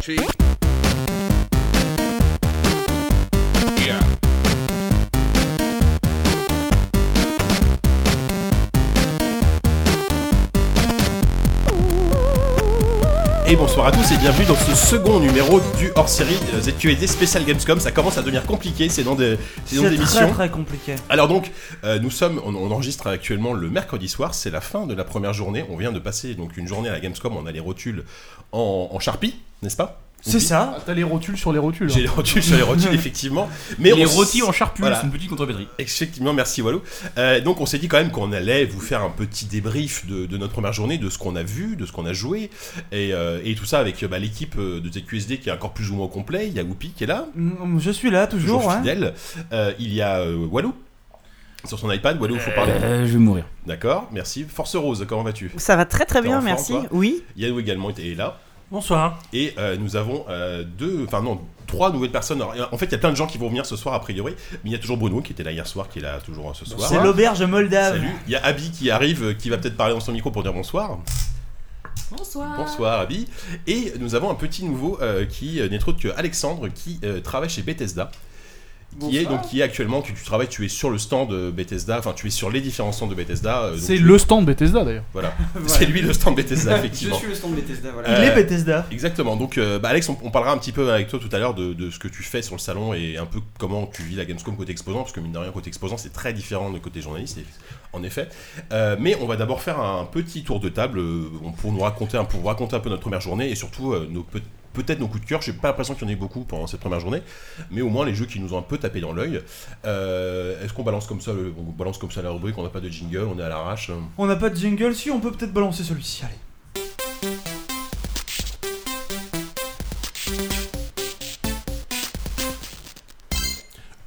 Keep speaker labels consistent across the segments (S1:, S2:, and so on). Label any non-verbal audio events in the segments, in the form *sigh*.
S1: cheek. Yeah.
S2: Et bonsoir à tous et bienvenue dans ce second numéro du hors-série euh, ZQED spécial Gamescom. Ça commence à devenir compliqué ces noms de- ces noms
S3: C'est très
S2: d'émissions.
S3: très compliqué.
S2: Alors donc, euh, nous sommes, on, on enregistre actuellement le mercredi soir, c'est la fin de la première journée. On vient de passer donc une journée à la Gamescom, on a les rotules en, en Sharpie, n'est-ce pas
S3: C'est ça.
S4: Ah, T'as les rotules sur les rotules. hein.
S2: J'ai les rotules sur les
S4: *laughs*
S3: *laughs*
S2: rotules, effectivement. Mais
S5: les
S2: on s-
S5: rôtis en charpue,
S2: Voilà.
S5: c'est une petite contrepétrie.
S2: Effectivement, merci Walou. Euh, donc on s'est dit quand même qu'on allait vous faire un petit débrief de, de notre première journée, de ce qu'on a vu, de ce qu'on a joué, et, euh, et tout ça avec euh, bah, l'équipe euh, de ZQSD qui est encore plus ou moins au complet. Il y a Whoopi qui est là,
S3: Mm, Je suis là toujours.
S2: toujours
S3: hein.
S2: fidèle. Euh, il y a euh, Walou sur son iPad. Walou, il faut parler.
S5: Euh, je vais mourir.
S2: D'accord, merci. Force Rose, comment vas-tu
S6: Ça va très très
S2: T'es en
S6: bien,
S2: forme,
S6: merci.
S2: quoi
S6: oui.
S2: Yannou également est là.
S3: Bonsoir.
S2: Et euh, nous avons euh, deux, enfin non, trois nouvelles personnes. Alors, en fait, il y a plein de gens qui vont venir ce soir a priori, mais il y a toujours Bruno qui était là hier soir, qui est là toujours euh, ce soir.
S3: C'est l'auberge moldave.
S2: Salut. Il y a Abby qui arrive, euh, qui va peut-être parler dans son micro pour dire bonsoir.
S7: Bonsoir.
S2: Bonsoir Abby. Et nous avons un petit nouveau euh, qui euh, n'est autre que Alexandre qui euh, travaille chez Bethesda. Qui est, donc, qui est actuellement, tu, tu travailles, tu es sur le stand de Bethesda, enfin tu es sur les différents stands de Bethesda. euh, donc
S4: C'est
S2: tu-
S4: le stand Bethesda d'ailleurs. *laughs*
S2: Voilà,
S8: *laughs*
S2: c'est lui le stand Bethesda, effectivement.
S8: Je suis le stand Bethesda, voilà.
S3: Il est
S2: Euh,
S3: Bethesda.
S2: Exactement. Donc, euh, bah, Alex, on, on parlera un petit peu avec toi tout à l'heure de, de ce que tu fais sur le salon et un peu comment tu vis la Gamescom côté exposant, parce que mine de rien, côté exposant, c'est très différent de côté journaliste, et- en effet. Euh, mais on va d'abord faire un petit tour de table euh, pour nous raconter, un- pour vous raconter un peu notre première journée et surtout euh, nos pe- peut-être nos coups de cœur. J'ai pas l'impression qu'il y en ait beaucoup pendant cette première journée, mais au moins les jeux qui nous ont un peu tapé dans l'œil. Euh, Est-ce qu'on balance comme ça, le- on balance comme ça la rubrique On n'a pas de jingle, on est à l'arrache. euh.
S3: On n'a pas de jingle, si on peut peut-être balancer celui-ci. Allez.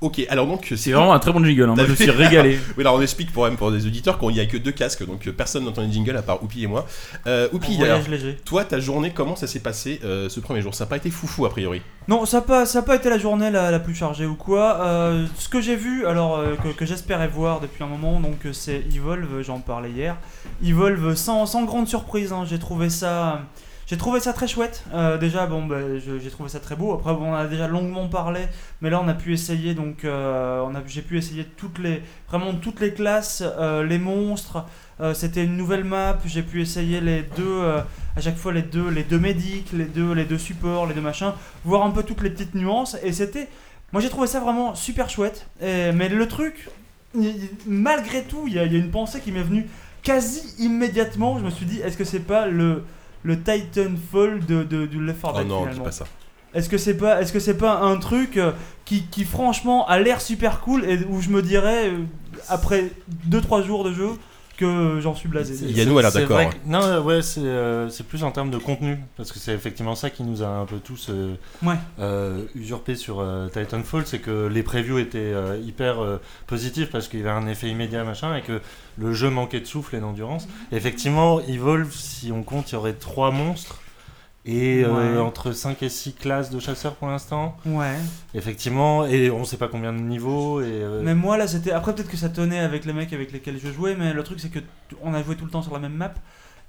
S2: Ok. Alors donc, c'est
S5: C'est vraiment un très bon jingle, hein. moi je me suis régalé.
S2: *laughs* Oui, alors on explique pour, même pour des auditeurs qu'il n'y a que deux casques, donc euh, personne n'entend les jingles à part Oupi et moi. Euh,
S3: On
S2: Oupi, alors,
S3: voyage léger.
S2: toi, ta journée, comment ça s'est passé euh, ce premier jour Ça n'a pas été foufou a priori.
S3: Non, ça n'a pas, ça a pas été la journée la, la plus chargée ou quoi. Euh, ce que j'ai vu, alors euh, que, que j'espérais voir depuis un moment, donc euh, c'est Evolve, j'en parlais hier. Evolve, sans, sans grande surprise, hein, j'ai trouvé ça... J'ai trouvé ça très chouette. Euh, déjà, bon, bah, je- j'ai trouvé ça très beau. Après, bon, on a déjà longuement parlé, mais là, on a pu essayer. Donc, euh, on a, j'ai pu essayer toutes les, vraiment toutes les classes, euh, les monstres. Euh, c'était une nouvelle map. J'ai pu essayer les deux, euh, à chaque fois les deux, les deux médics, les deux, les deux supports, les deux machins voir un peu toutes les petites nuances. Et c'était. Moi j'ai trouvé ça vraiment super chouette. Et- mais le truc, il- il- malgré tout, il y, a il y a une pensée qui m'est venue quasi immédiatement. Je me suis dit, est-ce que c'est pas le, le Titanfall de, de, du Left 4
S2: Oh
S3: Dead
S2: non, dis
S3: finalement
S2: pas ça.
S3: est-ce que c'est pas, est-ce que c'est pas un truc euh, qui, qui franchement a l'air super cool et où je me dirais euh, après 2-3 jours de jeu que euh, j'en suis blasé.
S2: Il y a nous, elle a
S9: C'est
S2: d'accord, hein.
S9: vrai que- Non, euh, ouais, c'est euh, c'est plus en termes de contenu, parce que c'est effectivement ça qui nous a un peu tous euh,
S3: Ouais.
S9: euh, usurpés sur euh, Titanfall, c'est que les previews étaient euh, hyper euh, positifs parce qu'il y avait un effet immédiat machin et que le jeu manquait de souffle et d'endurance. Effectivement, Evolve, si on compte, il y aurait trois monstres. Et euh,
S3: Ouais.
S9: entre 5 et 6 classes de chasseurs pour l'instant.
S3: Ouais.
S9: Effectivement, et on sait pas combien de niveaux. Et, euh,
S3: Mais moi là c'était après peut-être que ça tenait avec les mecs avec lesquels je jouais mais le truc c'est que t- on a joué tout le temps sur la même map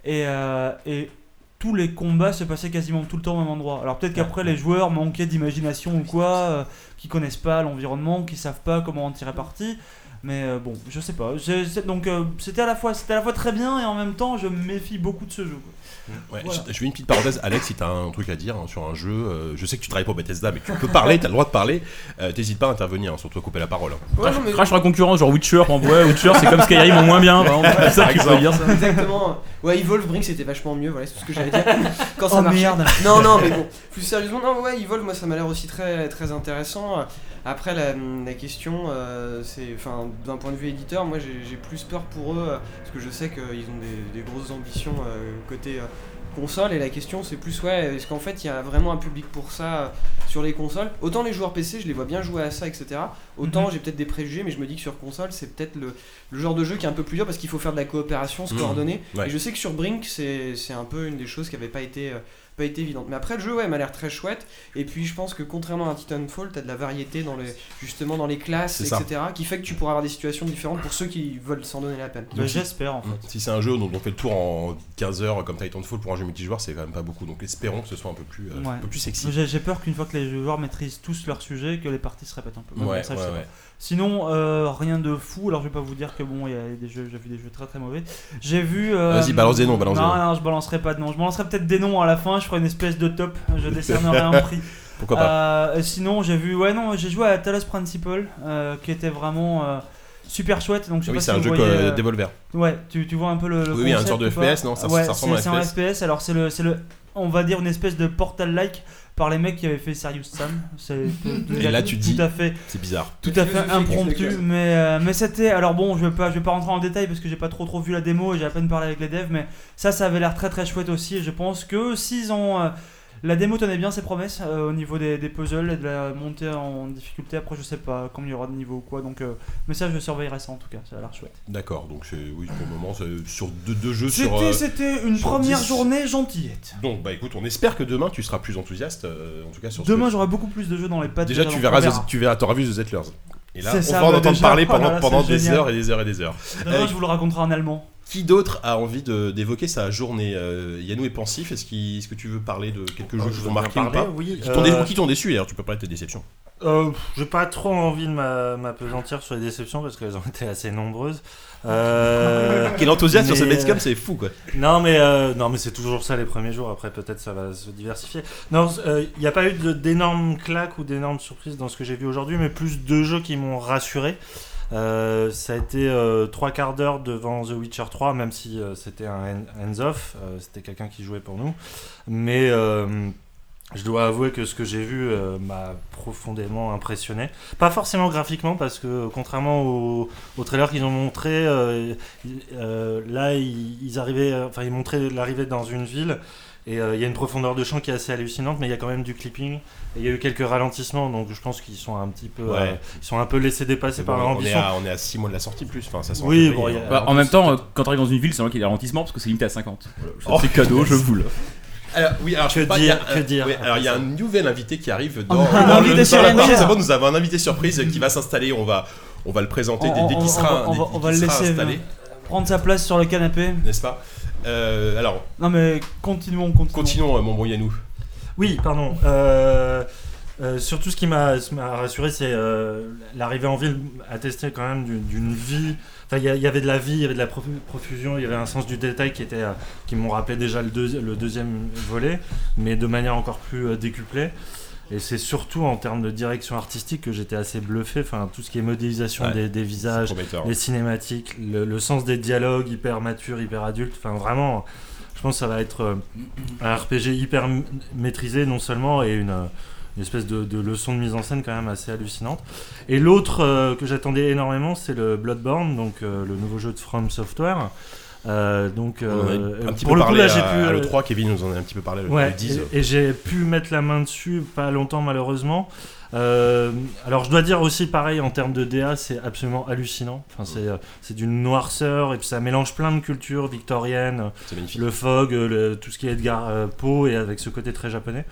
S3: et, euh, et tous les combats se passaient quasiment tout le temps au même endroit. Alors peut-être qu'après les joueurs manquaient d'imagination ou quoi, euh, qui connaissent pas l'environnement, qui savent pas comment en tirer parti. Mais euh, bon, je sais pas. J'ai- c'est- donc euh, c'était à la fois c'était à la fois très bien et en même temps je me méfie beaucoup de ce jeu. quoi.
S2: Ouais,
S3: Mmh. Voilà.
S2: je, je fais une petite parenthèse. Alex, si t'as un truc à dire hein, sur un jeu, euh, je sais que tu travailles pour Bethesda, mais tu peux parler, t'as le droit de parler. Euh, T'hésites pas à intervenir, hein, surtout à couper la parole. hein.
S8: Ouais,
S5: Crash,
S8: non, mais-
S5: crash sur la concurrence, genre Witcher, en vrai, Witcher c'est comme Skyrim au moins bien, par
S2: *laughs*
S5: exemple. C'est ça que je peux dire. ça.
S8: Exactement. Ouais, Evolve Brink c'était vachement mieux, voilà, c'est tout ce que j'allais
S3: *laughs*
S8: dire. Quand ça
S3: Oh,
S8: marchait.
S3: merde.
S8: Non, non, mais bon, plus sérieusement, non, ouais, Evolve, moi ça m'a l'air aussi très, très intéressant. Après, la, la question, euh, c'est, enfin, d'un point de vue éditeur, moi j'ai j'ai plus peur pour eux, euh, parce que je sais qu'ils ont des, des grosses ambitions euh, côté. euh, console et la question c'est plus ouais est-ce qu'en fait il y a vraiment un public pour ça euh, sur les consoles autant les joueurs PC je les vois bien jouer à ça etc autant
S3: Mhm.
S8: j'ai peut-être des préjugés mais je me dis que sur console c'est peut-être le, le genre de jeu qui est un peu plus dur parce qu'il faut faire de la coopération se
S2: Mhm.
S8: coordonner
S2: Ouais.
S8: et je sais que sur Brink c'est c'est un peu une des choses qui n'avait pas été euh, pas été évidente. Mais après, le jeu, ouais, m'a l'air très chouette. Et puis, je pense que contrairement à Titanfall, t'as de la variété dans les, justement dans les classes,
S2: C'est ça.
S8: etc., qui fait que tu pourras avoir des situations différentes pour ceux qui veulent s'en donner la peine.
S3: Bah, J'espère en fait.
S2: Si c'est un jeu dont on fait le tour en 15 heures comme Titanfall pour un jeu multijoueur, c'est quand même pas beaucoup. Donc espérons que ce soit un peu plus, euh,
S3: Ouais.
S2: un peu plus sexy.
S3: J'ai j'ai peur qu'une fois que les joueurs maîtrisent tous leur sujet, que les parties se répètent un peu.
S2: Ouais,
S3: Bon, ça, je sais
S2: ouais,
S3: pas.
S2: ouais.
S3: Sinon, euh, rien de fou. Alors, je vais pas vous dire que bon, il y a des jeux, j'ai vu des jeux très très mauvais. J'ai vu. euh,
S2: Vas-y, balance des noms, balance
S3: non,
S2: des
S3: non, je balancerai pas de noms. Je balancerai peut-être des noms à la fin. Je ferai une espèce de top.
S2: *laughs*
S3: Je décernerai un prix.
S2: Pourquoi pas
S3: Euh, sinon, j'ai vu. Ouais, non, j'ai joué à Talos Principle, euh, qui était vraiment euh, super chouette. Donc, je sais
S2: Ah Oui,
S3: pas
S2: c'est
S3: si
S2: un
S3: vous
S2: jeu
S3: voyez,
S2: que-
S3: euh,
S2: Devolver.
S3: Ouais, tu, tu vois un peu le. le
S2: Oui, oui, un
S3: concept
S2: genre de
S3: ou pas
S2: FPS, non, ça-
S3: Ouais,
S2: ça ressemble
S3: c'est-
S2: à un
S3: C'est un FPS, alors c'est le, c'est le. On va dire une espèce de portal-like par les mecs qui avaient fait Serious Sam. C'est
S8: *laughs*
S2: Et là, tu
S3: tout
S2: dis-
S3: à fait,
S2: C'est bizarre.
S3: tout
S8: La
S3: à fait
S8: philosophie qui
S3: impromptu,
S8: fait que-
S3: mais, euh, mais c'était. Alors bon, je vais pas, je vais pas rentrer en détail parce que j'ai pas trop trop vu la démo et j'ai à peine parlé avec les devs, mais ça, ça avait l'air très très chouette aussi. Et je pense que s'ils ont. euh, la démo tenait bien ses promesses euh, au niveau des, des puzzles et de la montée en difficulté. Après, je sais pas combien il y aura de niveaux ou quoi. Donc, euh, mais ça, je surveillerai ça en tout cas. Ça a l'air chouette.
S2: D'accord, donc c'est- oui, pour le moment, c'est sur deux, deux jeux sur.
S3: C'était
S2: euh,
S3: c'était une
S2: sur
S3: première
S2: 10.
S3: journée gentillette.
S2: Donc, bah écoute, on espère que demain tu seras plus enthousiaste, euh, en tout cas sur ce
S3: Demain,
S2: que-
S3: j'aurai beaucoup plus de jeux dans les pattes.
S2: Déjà,
S3: donc
S2: tu
S3: on
S2: verras,
S3: verra.
S2: tu verras, t'auras vu The Settlers. Et là,
S3: C'est
S2: on
S3: ça,
S2: va en
S3: bah,
S2: entendre
S3: déjà,
S2: parler
S3: oh là
S2: pendant,
S3: là,
S2: pendant
S3: c'est
S2: des
S3: génial.
S2: heures et des heures et des heures.
S3: Demain,
S2: Euh,
S3: je vous le raconterai en allemand.
S2: Qui d'autre a envie de- d'évoquer sa journée Euh, Yannou est pensif. Est-ce qu'il- est-ce que tu veux parler de quelques jeux qui t'ont marqué ou pas
S9: oui.
S2: Qui t'ont dé- ou qui t'ont déçu d'ailleurs, tu peux parler de tes déceptions.
S9: Euh, pff, J'ai pas trop envie de m'a- m'apesantir sur les déceptions parce qu'elles ont *laughs* été assez nombreuses. Euh,
S2: Quel enthousiasme sur
S9: Mais,
S2: cette Gamescom,
S9: euh,
S2: c'est fou quoi.
S9: non mais euh, non mais c'est toujours ça les premiers jours. Après peut-être ça va se diversifier. Non, euh, il n'y a pas eu de- d'énormes claques ou d'énormes surprises dans ce que j'ai vu aujourd'hui, mais plus deux jeux qui m'ont rassuré. Euh, ça a été euh, trois quarts d'heure devant The Witcher 3, même si euh, c'était un hands-off, euh, c'était quelqu'un qui jouait pour nous. Mais euh, je dois avouer que ce que j'ai vu euh, m'a profondément impressionné. Pas forcément graphiquement, parce que contrairement au, au trailer qu'ils ont montré, euh, il- euh, là ils, ils arrivaient, euh, enfin ils montraient l'arrivée dans une ville. Et euh, il y a une profondeur de champ qui est assez hallucinante, mais il y a quand même du clipping. Et il y a eu quelques ralentissements, donc je pense qu'ils sont un petit peu,
S2: Ouais.
S9: euh, ils sont un peu laissés dépasser par leur
S2: on, est
S9: ambition.
S2: à, on est à 6 mois de la sortie plus. Enfin, ça sent
S9: Oui,
S2: un peu
S9: bon,
S2: payé,
S9: il y a-
S2: hein.
S5: Bah,
S9: Alors,
S5: en même
S9: c'est
S5: temps,
S9: peut-être-
S5: euh, quand t'arrives dans une ville, c'est vrai qu'il y a des ralentissements parce que c'est limité à 50.
S2: Oh,
S5: c'est cadeau, je vous le.
S2: Alors, oui, alors je
S9: Que
S2: sais pas, il y a
S9: dire,
S2: un-
S9: que dire
S2: oui, alors il y a un nouvel invité qui arrive dans.
S3: a un
S2: dans le-
S3: invité
S2: dans la
S3: surprise.
S2: partie. Avant, nous avons un invité surprise qui va s'installer. On va, on va le présenter dès,
S3: On-
S2: dès
S3: on-
S2: qu'il sera,
S3: on va- on
S2: dès
S3: va-
S2: qu'il
S3: on va le
S2: sera
S3: laisser hein.
S2: installé,
S3: venir. Prendre sa place sur le canapé.
S2: n'est-ce pas Euh, Alors,
S3: Non, mais continuons, continuons.
S2: continuons, euh, mon bon Yannou.
S9: Oui, pardon. Euh, euh, surtout, ce qui m'a ce qui m'a rassuré, c'est euh, l'arrivée en ville attestée quand même d'une- d'une vie. Enfin, il y, a- il y avait de la vie, il y avait de la profu- profusion, il y avait un sens du détail qui était, euh, qui m'ont rappelé déjà le, deuxi- le deuxième volet, mais de manière encore plus euh, décuplée. Et c'est surtout en termes de direction artistique que j'étais assez bluffé. Enfin, tout ce qui est modélisation
S2: Ouais,
S9: des, des
S2: C'est
S9: visages,
S2: prometteur.
S9: les cinématiques, le, le sens des dialogues hyper mature, hyper adulte. Enfin, vraiment, je pense que ça va être euh, un RPG hyper m- maîtrisé, non seulement, et une, euh, une espèce de, de leçon de mise en scène quand même assez hallucinante. Et l'autre euh, que j'attendais énormément, c'est le Bloodborne, donc euh, le nouveau jeu de From Software. Euh, donc,
S2: On en a
S9: euh,
S2: un petit
S9: pour
S2: peu
S9: le coup,
S2: parlé
S9: là,
S2: à,
S9: j'ai pu.
S2: à
S9: euh,
S2: l'E3, Kevin nous en a un petit peu parlé, le-
S9: Ouais,
S2: le 10.
S9: et, et j'ai pu mettre la main dessus, pas longtemps malheureusement. Euh, alors je dois dire aussi pareil en termes de DA, c'est absolument hallucinant. Enfin,
S2: Mm.
S9: c'est, euh, c'est d'une noirceur et puis ça mélange plein de cultures victoriennes,
S2: C'est magnifique.
S9: le fog, euh, le- tout ce qui est Edgar euh, Poe et avec ce côté très japonais.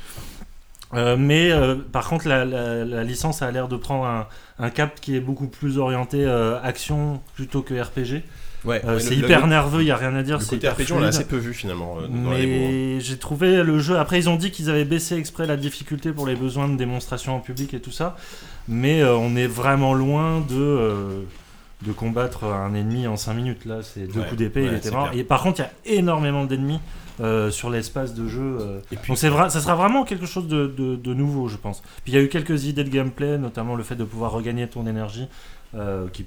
S9: Euh, mais euh, par contre, la, la- la licence a l'air de prendre un, un cap qui est beaucoup plus orienté euh, action plutôt que RPG.
S2: Ouais,
S9: Euh,
S2: ouais,
S9: c'est
S2: le-
S9: hyper
S2: le-
S9: nerveux, il n'y a rien à dire.
S2: Le
S9: c'est
S2: côté
S9: hyper
S2: RPG, on l'a
S9: fluide.
S2: assez peu vu finalement euh, dans les mots.
S9: Mais j'ai trouvé le jeu. Après, ils ont dit qu'ils avaient baissé exprès la difficulté pour les besoins de démonstration en public et tout ça. Mais euh, on est vraiment loin de, euh, de combattre un ennemi en 5 minutes. Là, c'est deux
S2: Ouais,
S9: coups d'épée,
S2: ouais,
S9: il était
S2: c'est
S9: mort.
S2: clair.
S9: Et par contre, il y a énormément d'ennemis euh, sur l'espace de jeu. euh.
S2: Et puis-
S9: Donc, c'est vrai, ça sera vraiment quelque chose de, de- de nouveau, je pense. Puis il y a eu quelques idées de gameplay, notamment le fait de pouvoir regagner ton énergie, euh, qui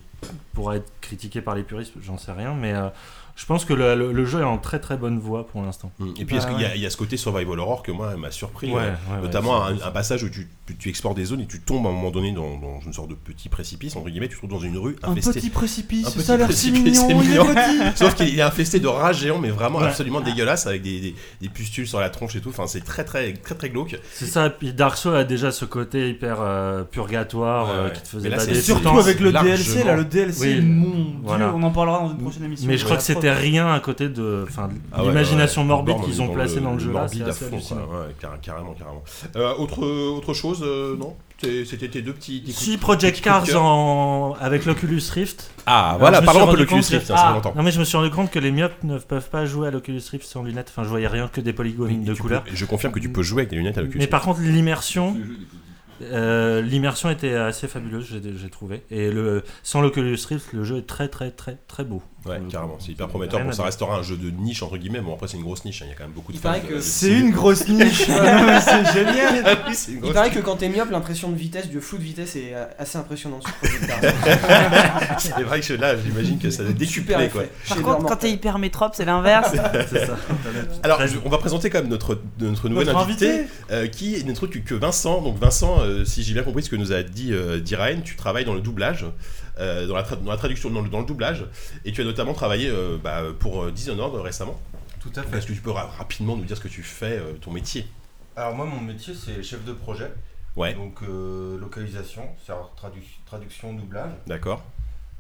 S9: pourra être critiqué par les puristes, j'en sais rien. Mais euh, je pense que le- le- le jeu est en très très bonne voie pour l'instant.
S2: Mm. Et puis, est-ce
S3: Bah,
S2: qu'il y a- il y, a ce côté survival horror que moi elle m'a surpris.
S9: Ouais,
S2: euh,
S9: ouais, ouais,
S2: Notamment
S9: c'est-
S2: un, un passage où tu, tu- tu explores des zones et tu tombes à un moment donné dans, dans une sorte de petit précipice, entre guillemets, tu te trouves dans une rue
S3: Un
S2: infestée.
S3: petit précipice,
S2: Un petit
S3: ça a l'air si
S2: précipice,
S3: mignon,
S2: c'est
S3: il est
S2: mignon.
S3: petit.
S2: *laughs* Sauf qu'il est infesté de rats géants, mais vraiment
S9: Ouais.
S2: absolument dégueulasse, avec des, des- des pustules sur la tronche et tout. Enfin, c'est très, très, très, très glauque.
S9: C'est ça, puis Dark Souls a déjà ce côté hyper euh, purgatoire
S2: Ouais,
S9: euh,
S2: ouais.
S9: qui te faisait
S2: Mais là,
S9: bader
S2: c'est-
S9: tout le
S2: surtout
S9: temps.
S3: Surtout avec le
S2: largement-
S3: DLC, là, le DLC
S9: Oui,
S3: est
S9: le-
S3: mon
S9: Voilà.
S3: dieu, on en parlera dans une prochaine émission.
S9: Mais je crois
S3: La
S9: que c'était
S3: preuve.
S9: rien à côté de, enfin, de
S2: Ah ouais,
S9: l'imagination
S2: ouais, ouais.
S9: morbide
S2: Non,
S9: qu'ils
S2: mais
S9: ont placée dans le jeu. là, c'est
S2: Morbide à
S9: assez
S2: fond,
S9: hallucinant.
S2: quoi. Ouais, car- carrément, carrément. Euh, autre, autre chose, euh, non C'est- C'était tes deux petits. tes
S9: Si
S2: coups-
S9: Project
S2: petits coups de
S9: Cars
S2: cœur.
S9: en... avec l'Oculus Rift.
S2: Ah,
S9: Alors,
S2: voilà,
S9: je me
S2: parlons
S9: suis
S2: un peu de
S9: rendu compte
S2: l'Oculus
S9: que-
S2: Rift, hein,
S9: Ah,
S2: ça fait longtemps.
S9: Non mais je me suis rendu compte que les myopes ne peuvent pas jouer à l'Oculus Rift sans lunettes. Enfin, je voyais rien que des polygones
S2: Oui,
S9: de
S2: tu
S9: couleur.
S2: peux- je confirme que tu peux jouer avec des lunettes à l'Oculus
S9: Mais
S2: Rift.
S9: par contre, l'immersion, euh, l'immersion était assez fabuleuse, j'ai- j'ai trouvé. Et le, sans l'Oculus Rift, le jeu est très très très très beau.
S2: Ouais,
S9: Euh,
S2: carrément, c'est hyper
S9: rien
S2: prometteur.
S9: à
S2: Bon, ça
S9: dire.
S2: restera un jeu de niche, entre guillemets. Bon, après, c'est une grosse niche, hein, il y a quand même beaucoup de
S8: Il paraît que
S3: C'est une
S8: *laughs*
S2: *laughs*
S3: grosse niche. Mais c'est génial.
S2: Ah oui, c'est une
S8: Il
S2: grosse
S8: paraît que quand t'es myope, l'impression de vitesse, du flou de vitesse est euh, assez impressionnante sur Project Cars.
S2: *laughs* C'est vrai que là, j'imagine que ça va
S8: Super
S2: décupler,
S8: effet.
S2: quoi.
S6: Par
S8: Chez
S6: contre,
S8: Norman.
S6: quand t'es hyper métrope, *laughs* c'est l'inverse.
S9: C'est ça.
S2: Alors, je- on va présenter quand même notre, notre nouvel
S3: Notre
S2: invité,
S3: invité.
S2: euh, qui est notre que Vincent. Donc, Vincent, euh, si j'ai bien compris ce que nous a dit euh, Diraen, tu travailles dans le doublage, euh, dans, la tra- dans la traduction, dans le, dans le doublage, et tu as notamment travaillé euh, bah, pour euh, Dishonored euh, récemment.
S10: Tout à fait.
S2: Est-ce que tu peux ra- rapidement nous dire ce que tu fais, euh, ton métier
S10: Alors moi mon métier c'est chef de projet.
S2: Ouais.
S10: Donc euh, localisation, c'est-à-dire tradu- traduction, doublage,
S2: D'accord.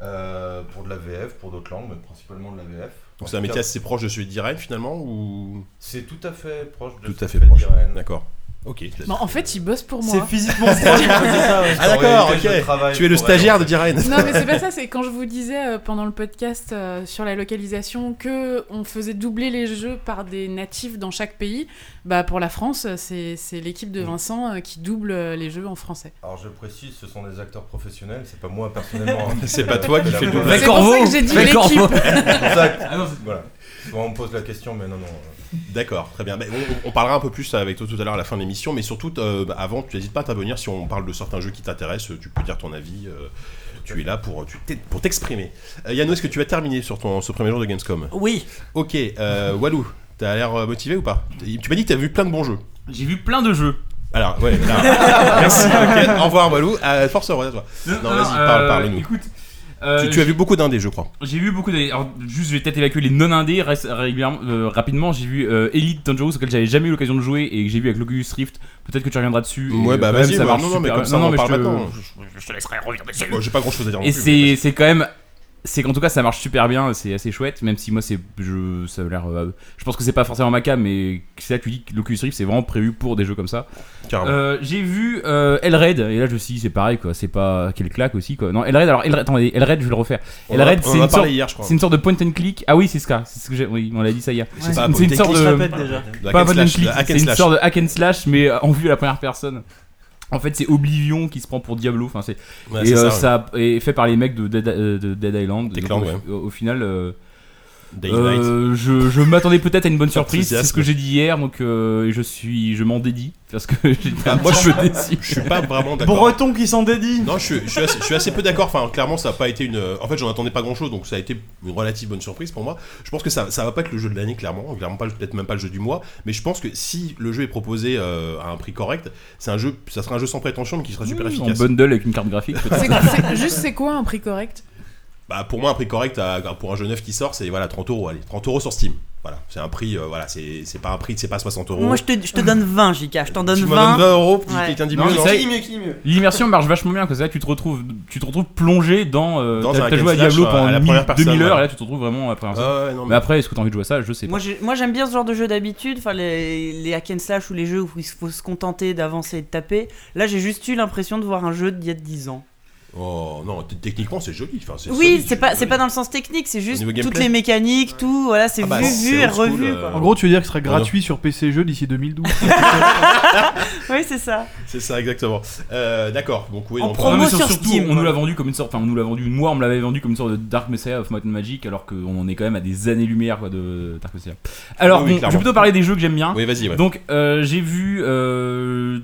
S10: euh, pour de la VF, pour d'autres langues, mais principalement de la VF.
S2: Donc,
S10: En
S2: c'est un
S10: tout
S2: métier
S10: cas,
S2: assez proche de celui de Diraen, finalement ou...
S10: C'est tout à fait proche de
S2: Tout
S10: ce
S2: à
S10: que
S2: fait
S10: fait
S2: proche.
S10: Diren.
S2: D'accord. Ok.
S7: Non, Bah, en fait,
S10: *laughs*
S7: il bosse pour
S3: C'est
S7: moi.
S3: physiquement proche.
S2: Ah,
S10: En
S2: d'accord,
S10: réalité, je
S2: ok.
S10: travaille
S2: Tu es le
S10: pour elle, en
S2: stagiaire
S10: fait.
S2: de Diraen.
S7: Non, mais c'est
S2: *laughs*
S7: pas ça, c'est quand je vous disais euh, pendant le podcast euh, sur la localisation que on faisait doubler les jeux par des natifs dans chaque pays, bah pour la France, euh, c'est c'est l'équipe de Vincent euh, qui double euh, les jeux en français.
S10: Alors je précise, ce sont des acteurs professionnels, c'est pas moi personnellement. hein.
S2: *laughs* C'est pas toi qui fais le doublage.
S7: C'est pour ça que j'ai dit
S5: Mec Corbeau.
S10: *laughs*
S7: l'équipe.
S10: ah, voilà. Bon, on me pose la question, mais non, non. euh,
S2: D'accord, très bien. Ben, on, on parlera un peu plus avec toi tout à l'heure à la fin de l'émission, mais surtout, euh, bah, avant, tu n'hésites pas à t'abonner si on parle de certains jeux qui t'intéressent, euh, tu peux dire ton avis, euh, tu es là pour, tu, t'es- pour t'exprimer. Euh, Yannou, est-ce que tu vas terminer sur ton, ce premier jour de Gamescom
S6: Oui.
S2: Ok, euh, Walou, t'as l'air euh, motivé ou pas Tu m'as dit que t'as vu plein de bons jeux.
S5: J'ai vu plein de jeux.
S2: Alors, ouais, là, *laughs* merci, ok, au revoir Walou, Euh, force heureuse à toi. Non, vas-y, parle-
S5: euh,
S2: parle-nous.
S5: Écoute, euh,
S2: tu, tu as vu beaucoup d'indés, je crois.
S5: J'ai vu beaucoup d'indés. Alors, juste, je vais peut-être évacuer les non-indés reste- régulièrement, euh, rapidement. J'ai vu euh, Elite Dangerous, auquel j'avais jamais eu l'occasion de jouer et que j'ai vu avec l'Oculus Rift. Peut-être que tu reviendras dessus. et,
S2: Ouais, bah,
S5: euh, quand même,
S2: vas-y,
S5: ça
S2: bah,
S5: marche
S2: non, non,
S5: super
S2: mais comme
S5: bien.
S2: ça, on en
S5: mais
S2: parle
S5: je te-
S2: maintenant.
S5: Je, je te laisserai revenir dessus.
S2: Bon, J'ai pas grand chose à dire. non
S5: Et
S2: plus, mais
S5: c'est
S2: vas-y.
S5: c'est quand même. C'est qu'en tout cas ça marche super bien, c'est assez chouette, même si moi c'est. Je, ça a l'air, euh, je pense que c'est pas forcément ma cam, mais c'est là que tu dis que l'Oculus Rift c'est vraiment prévu pour des jeux comme ça.
S2: Carrément.
S5: Euh, j'ai vu euh, Elred, et là je me suis dit c'est pareil quoi, c'est pas. Quelle claque aussi quoi. Non, Elred, alors Elred, attendez, Elred je vais le refaire.
S2: On en a-
S5: Elred,
S2: on en
S5: c'est
S2: a
S5: une
S2: parlé
S5: sorte-
S2: hier, je crois.
S5: C'est une sorte de point and click. Ah oui, c'est ce cas, c'est ce que j'ai. Oui, on l'a dit ça hier.
S3: Ouais.
S2: pas un
S5: c'est une
S2: point
S5: sorte
S3: Il se
S5: de-
S3: répète déjà.
S2: de hack
S5: Pas
S2: and
S5: un point and
S2: slash,
S5: click,
S2: de hack and
S5: c'est une
S2: slash.
S5: sorte de hack and slash, mais en vue à la première personne. En fait, c'est Oblivion qui se prend pour Diablo. Enfin, c'est
S2: Ouais,
S5: et
S2: c'est
S5: euh,
S2: ça,
S5: ça
S2: ouais.
S5: est fait par les mecs de Dead, euh, de Dead Island.
S2: Techland,
S5: Donc,
S2: ouais.
S5: au, au final, euh,
S2: Day Night.
S5: euh, je, je m'attendais peut-être à une bonne surprise. C'est ce
S2: Enthousiasme.
S5: que j'ai dit hier, donc euh, je suis, je m'en dédie parce que *laughs* j'étais
S2: Ah,
S5: un
S2: moi,
S5: petit
S2: je-
S5: peu déçu.
S2: *laughs* Je suis pas vraiment d'accord.
S3: Breton qui s'en dédie.
S2: Non, je suis, je suis assez, je suis assez peu d'accord. Enfin, clairement, ça a pas été une. En fait, j'en attendais pas grand chose, donc ça a été une relative bonne surprise pour moi. Je pense que ça, ça va pas être le jeu de l'année, clairement. Clairement, pas, peut-être même pas le jeu du mois. Mais je pense que si le jeu est proposé euh, à un prix correct, c'est un jeu, ça sera un jeu sans prétention, mais qui sera super
S5: En
S2: efficace.
S5: bundle avec une carte graphique. peut-être.
S7: C'est- c'est- Juste c'est quoi un prix correct
S2: Bah, pour moi, un prix correct à- pour un jeu neuf qui sort, c'est voilà 30 euros. Allez, 30 euros sur Steam. Voilà, c'est un prix. euh, voilà, c'est c'est pas un prix, c'est pas 60 euros.
S6: Moi, je te, je te donne 20, JK. Je t'en donne
S2: Tu m'en
S6: 20.
S2: donnes 20 euros, petit-
S6: Ouais.
S2: quelqu'un dit hein.
S5: Non,
S2: mieux,
S5: mais
S2: non
S5: ça y
S8: Qui mieux, qui mieux
S5: L'immersion marche vachement bien, parce que là tu te retrouves, tu te retrouves plongé dans. euh,
S2: Dans
S5: t'as-
S2: un
S5: T'as joué à
S2: hack and slash,
S5: Diablo
S2: euh, à la
S5: pendant
S2: première
S5: 1000
S2: personne,
S5: 2000 heures,
S2: voilà.
S5: et là tu te retrouves vraiment à la première personne.
S2: Ah ouais, non, mais-
S5: Mais après, est-ce que t'as envie de jouer à ça Je sais pas.
S6: Moi, j'ai- moi, j'aime bien ce genre de jeu d'habitude, enfin les, les hack and slash ou les jeux où il faut se contenter d'avancer et de taper. Là, j'ai juste eu l'impression de voir un jeu d'il y a 10 ans.
S2: Oh non, t- techniquement c'est joli. Enfin, c'est
S6: Oui,
S2: solide,
S6: c'est pas, c'est
S2: joli.
S6: pas dans le sens technique, c'est juste
S2: niveau
S6: toutes
S2: gameplay
S6: les mécaniques, tout, voilà, c'est
S2: Ah bah,
S6: vu,
S2: c'est
S6: vu et
S2: old school,
S6: revu.
S2: euh,
S4: En gros, tu veux dire qu'il sera
S2: Pardon.
S4: gratuit sur PC jeu d'ici 2012
S6: Oui, c'est ça.
S2: C'est ça, exactement. Euh, D'accord, donc oui,
S6: En
S2: donc,
S6: promo
S5: Non, mais
S6: sur
S5: surtout,
S6: Steam,
S5: on nous
S6: quoi.
S5: l'a vendu comme une sorte, enfin, on nous l'a vendu, moi, on me l'avait vendu comme une sorte de Dark Messiah of Might and Magic, alors qu'on en est quand même à des années-lumière, quoi, de Dark Messiah. Alors,
S2: Ah Oui, oui,
S5: bon, je
S2: clairement.
S5: vais plutôt parler des jeux que j'aime bien.
S2: Oui, vas-y, ouais.
S5: Donc, euh, j'ai vu euh,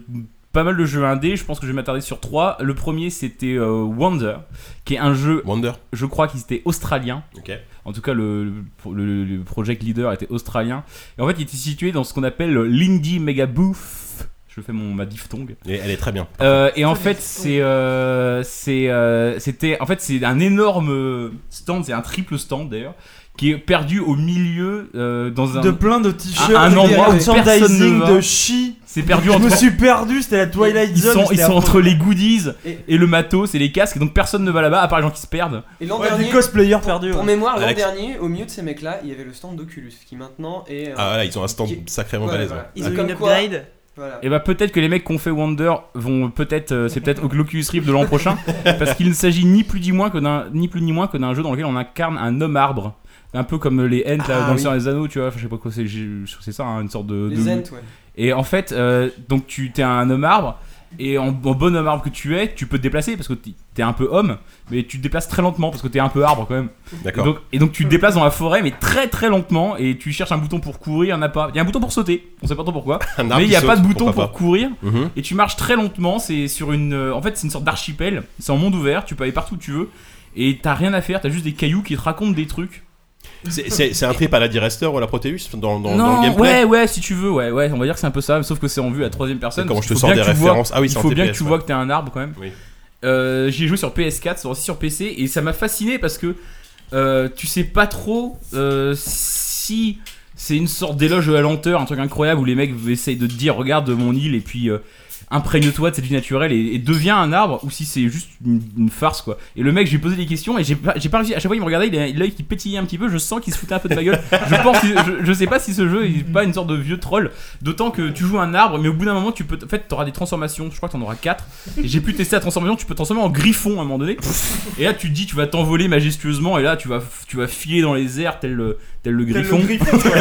S5: pas mal de jeux indés, je pense que je vais m'attarder sur trois. Le premier, c'était euh, Wonder, qui est un jeu,
S2: Wonder,
S5: je crois qu'il était australien.
S2: ok.
S5: En tout cas, le, le, le project leader était australien. Et en fait, il était situé dans ce qu'on appelle l'Indie Mega Booth. Je Je fais mon, ma diphtongue.
S2: Et elle est très bien.
S5: Euh, et en fait, c'est, euh, c'est, euh, c'était, en fait, c'est un énorme stand, c'est un triple stand d'ailleurs, qui est perdu au milieu euh, dans un
S3: De plein de t-shirts,
S5: un, un
S3: des
S5: endroit où personne ne
S3: merchandising
S5: va.
S3: de chi.
S5: C'est perdu.
S3: Je
S5: entre-
S3: me suis perdu, c'était la Twilight
S5: Ils
S3: Zone,
S5: sont, ils
S3: c'était
S5: sont
S3: affreux.
S5: entre les goodies et... le matos et les casques, et donc personne ne va là-bas à part les gens qui se perdent.
S8: Et l'an
S3: Ouais,
S8: dernier,
S3: des cosplayers
S8: pour,
S3: perdus,
S8: Pour
S3: ouais.
S8: mémoire, l'an
S5: Alex.
S8: dernier, au milieu de ces mecs-là, il y avait le stand d'Oculus qui maintenant est. euh,
S2: Ah, voilà, ils ont un stand
S8: qui-
S2: sacrément
S8: voilà,
S2: balèze,
S8: voilà.
S2: ouais.
S8: Ils
S2: Ah,
S8: ont
S2: comme
S8: une upgrade.
S6: quoi-
S8: Voilà.
S5: Et bah peut-être que les mecs qu'on fait Wonder vont peut-être euh, c'est peut-être l'Oculus Rift de
S8: *laughs*
S5: l'an prochain parce qu'il ne s'agit ni plus ni moins que d'un ni plus ni moins que d'un jeu dans lequel on incarne un homme arbre. Un peu comme les Ents là,
S8: Ah,
S5: dans le
S8: oui.
S5: Seigneur des Anneaux, tu vois, enfin, je sais pas quoi c'est, j'ai- c'est ça, hein, une sorte de.
S8: Les
S5: de-
S8: Ents, ouais.
S5: Et en fait, euh, donc tu t'es un homme arbre, et en, en bon homme arbre que tu es, tu peux te déplacer parce que t'es t'es un peu homme, mais tu te déplaces très lentement parce que t'es un peu arbre quand même.
S2: D'accord.
S5: Et donc, et donc tu te déplaces dans la forêt, mais très très lentement, et tu cherches un bouton pour courir, il y en a pas. Il y a un bouton pour sauter, on sait pas trop pourquoi,
S2: *laughs* Un arbre
S5: mais il n'y a
S2: qui
S5: pas de
S2: saute,
S5: bouton
S2: pourquoi
S5: pour
S2: pas.
S5: courir,
S2: Mhm.
S5: et tu marches très lentement, c'est sur une. euh, En fait, c'est une sorte d'archipel, c'est en monde ouvert, tu peux aller partout où tu veux, et t'as rien à faire, t'as juste des cailloux qui te racontent des trucs.
S2: *laughs* C'est- C'est c'est un trip à la D-Rester ou à la Proteus dans, dans,
S5: non,
S2: dans le gameplay
S5: ouais, ouais, si tu veux, ouais, ouais, on va dire que c'est un peu ça, sauf que c'est en vue à la troisième personne.
S2: Et comment
S5: parce
S2: je
S5: qu'il
S2: te
S5: faut
S2: sors
S5: bien
S2: des
S5: que tu vois-
S2: références Ah oui,
S5: il
S2: c'est
S5: faut
S2: en
S5: bien que
S2: TPS,
S5: tu vois que t'es un arbre quand même. Euh, J'y ai joué sur PS4, c'est aussi sur PC, et ça m'a fasciné parce que euh, tu sais pas trop euh, si c'est une sorte d'éloge de la lenteur, un truc incroyable où les mecs essayent de te dire regarde mon île et puis euh, imprègne-toi de cette vie naturelle et, et deviens un arbre ou si c'est juste une, une farce quoi. Et le mec, j'ai posé des questions et j'ai pas, j'ai pas réussi. À chaque fois, il me regardait, il a l'œil qui pétillait un petit peu. Je sens qu'il se foutait un peu de ma gueule. Je pense, que- je, je sais pas si ce jeu est pas une sorte de vieux troll. D'autant que tu joues un arbre, mais au bout d'un moment, tu peux, t- en fait, t'auras des transformations. Je crois que t'en auras 4 Et J'ai pu tester la transformation. Tu peux te transformer en griffon à un moment donné. Et là, tu te dis, tu vas t'envoler majestueusement. Et là, tu vas, tu vas filer dans les airs tel le, tel le
S3: Tel le
S5: griffon.
S3: griffon,
S5: *laughs*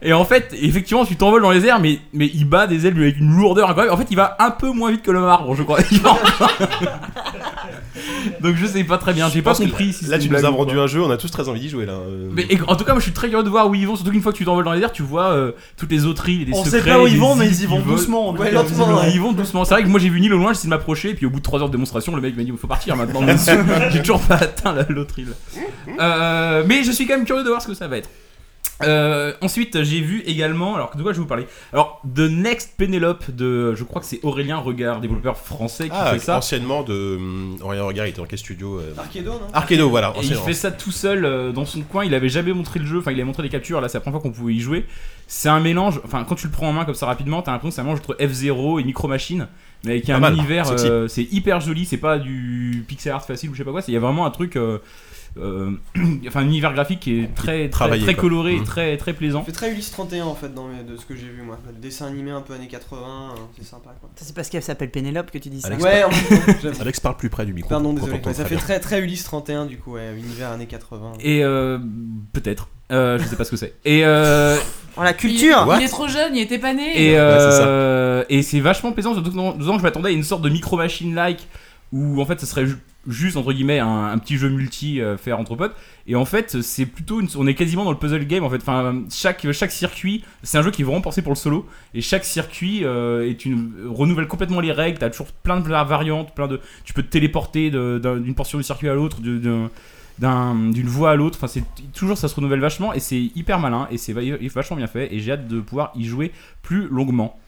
S5: Et en fait, effectivement, tu t'envoles dans les airs, mais, mais il bat des ailes mais avec une lourdeur incroyable. En fait, il va un peu moins vite que le marbre, je crois. *laughs* Donc, je sais pas très bien, j'ai
S2: Je
S5: pas
S2: pense que
S5: compris
S2: là-
S5: si
S2: Là,
S5: c'était
S2: tu
S5: une
S2: nous as
S5: blague ou
S2: vendu
S5: pas.
S2: un jeu, on a tous très envie d'y jouer là. Euh,
S5: Mais et- en tout cas, moi je suis très curieux de voir où ils vont, surtout qu'une fois que tu t'envoles dans les airs, tu vois euh, toutes les autres îles et des
S3: On
S5: secrets.
S3: sait pas où
S5: et
S3: ils
S5: des
S3: vont, mais
S5: îles
S3: ils y vont
S5: qu'ils veulent.
S3: doucement. en tout cas, visiblement.
S5: Visiblement, Ils vont doucement. C'est vrai que moi j'ai vu une île au loin, j'essaie de m'approcher, et puis au bout de 3 heures de démonstration, le mec m'a dit faut partir
S3: *laughs*
S5: maintenant. *laughs* bien sûr. j'ai toujours pas atteint la- l'autre île. Euh, mais je suis quand même curieux de voir ce que ça va être. Euh, ensuite, j'ai vu également, alors de quoi je vais vous parler Alors, The Next Penelope de, je crois que c'est Aurélien Regard, développeur français qui
S2: Ah,
S5: fait ça.
S2: anciennement de. hum, Aurélien Regard, il était dans quel studio euh,
S8: Arkedo, non
S2: Arkedo, voilà. hein.
S5: Et il
S2: anciennement.
S5: fait ça tout seul euh, dans son coin. Il avait jamais montré le jeu. Enfin, il avait montré les captures. Là, c'est la première fois qu'on pouvait y jouer. C'est un mélange. Enfin, quand tu le prends en main comme ça rapidement, t'as l'impression que c'est un mélange entre F0 et Micro Machine, mais avec
S2: Pas
S5: un
S2: mal,
S5: univers.
S2: sexy.
S5: euh, c'est hyper joli. C'est pas du pixel art facile ou je sais pas quoi. c'est- Il y a vraiment un truc. euh, euh, *clears throat* enfin, un univers graphique qui est très très,
S2: Travaillé,
S5: très
S2: quoi.
S5: coloré et
S2: Mhm.
S5: très très plaisant.
S8: Fait très Ulysse 31 en fait dans mes- de ce que j'ai vu moi. Le dessin animé un peu années 80, euh, c'est sympa quoi.
S6: Ça, C'est parce qu'elle s'appelle Pénélope que tu dis ça.
S2: Alex,
S8: Ouais,
S2: parle-
S8: en même temps,
S2: *laughs*
S8: j'avoue.
S2: Alex parle plus près du micro.
S8: Pardon,
S2: pour
S8: désolé.
S2: qu'on
S8: ouais, ça fait
S2: t'entende
S8: très très Ulysse 31 du coup, ouais, univers années 80.
S5: Et euh, peut-être. Euh, je sais pas ce que c'est. Et euh,
S6: *laughs* Oh, la
S7: Il-
S6: culture
S7: il, est trop jeune, il était pas né.
S5: Et,
S2: c'est ça.
S5: euh, et c'est vachement plaisant, surtout que non- d'autant que je m'attendais à une sorte de micro-machine-like où en fait ce serait ju- juste entre guillemets un, un petit jeu multi euh, faire entre potes. Et en fait, c'est plutôt une- on est quasiment dans le puzzle game en fait. Enfin, chaque, chaque circuit, c'est un jeu qui est vraiment pensé pour le solo. Et chaque circuit euh, est une, renouvelle complètement les règles. T'as toujours plein de plein de variantes, plein de, tu peux te téléporter de- d'un- d'une portion du circuit à l'autre, de- d'un- d'un- d'une voie à l'autre. Enfin, c'est toujours ça se renouvelle vachement et c'est hyper malin et c'est va- vachement bien fait. Et j'ai hâte de pouvoir y jouer plus longuement.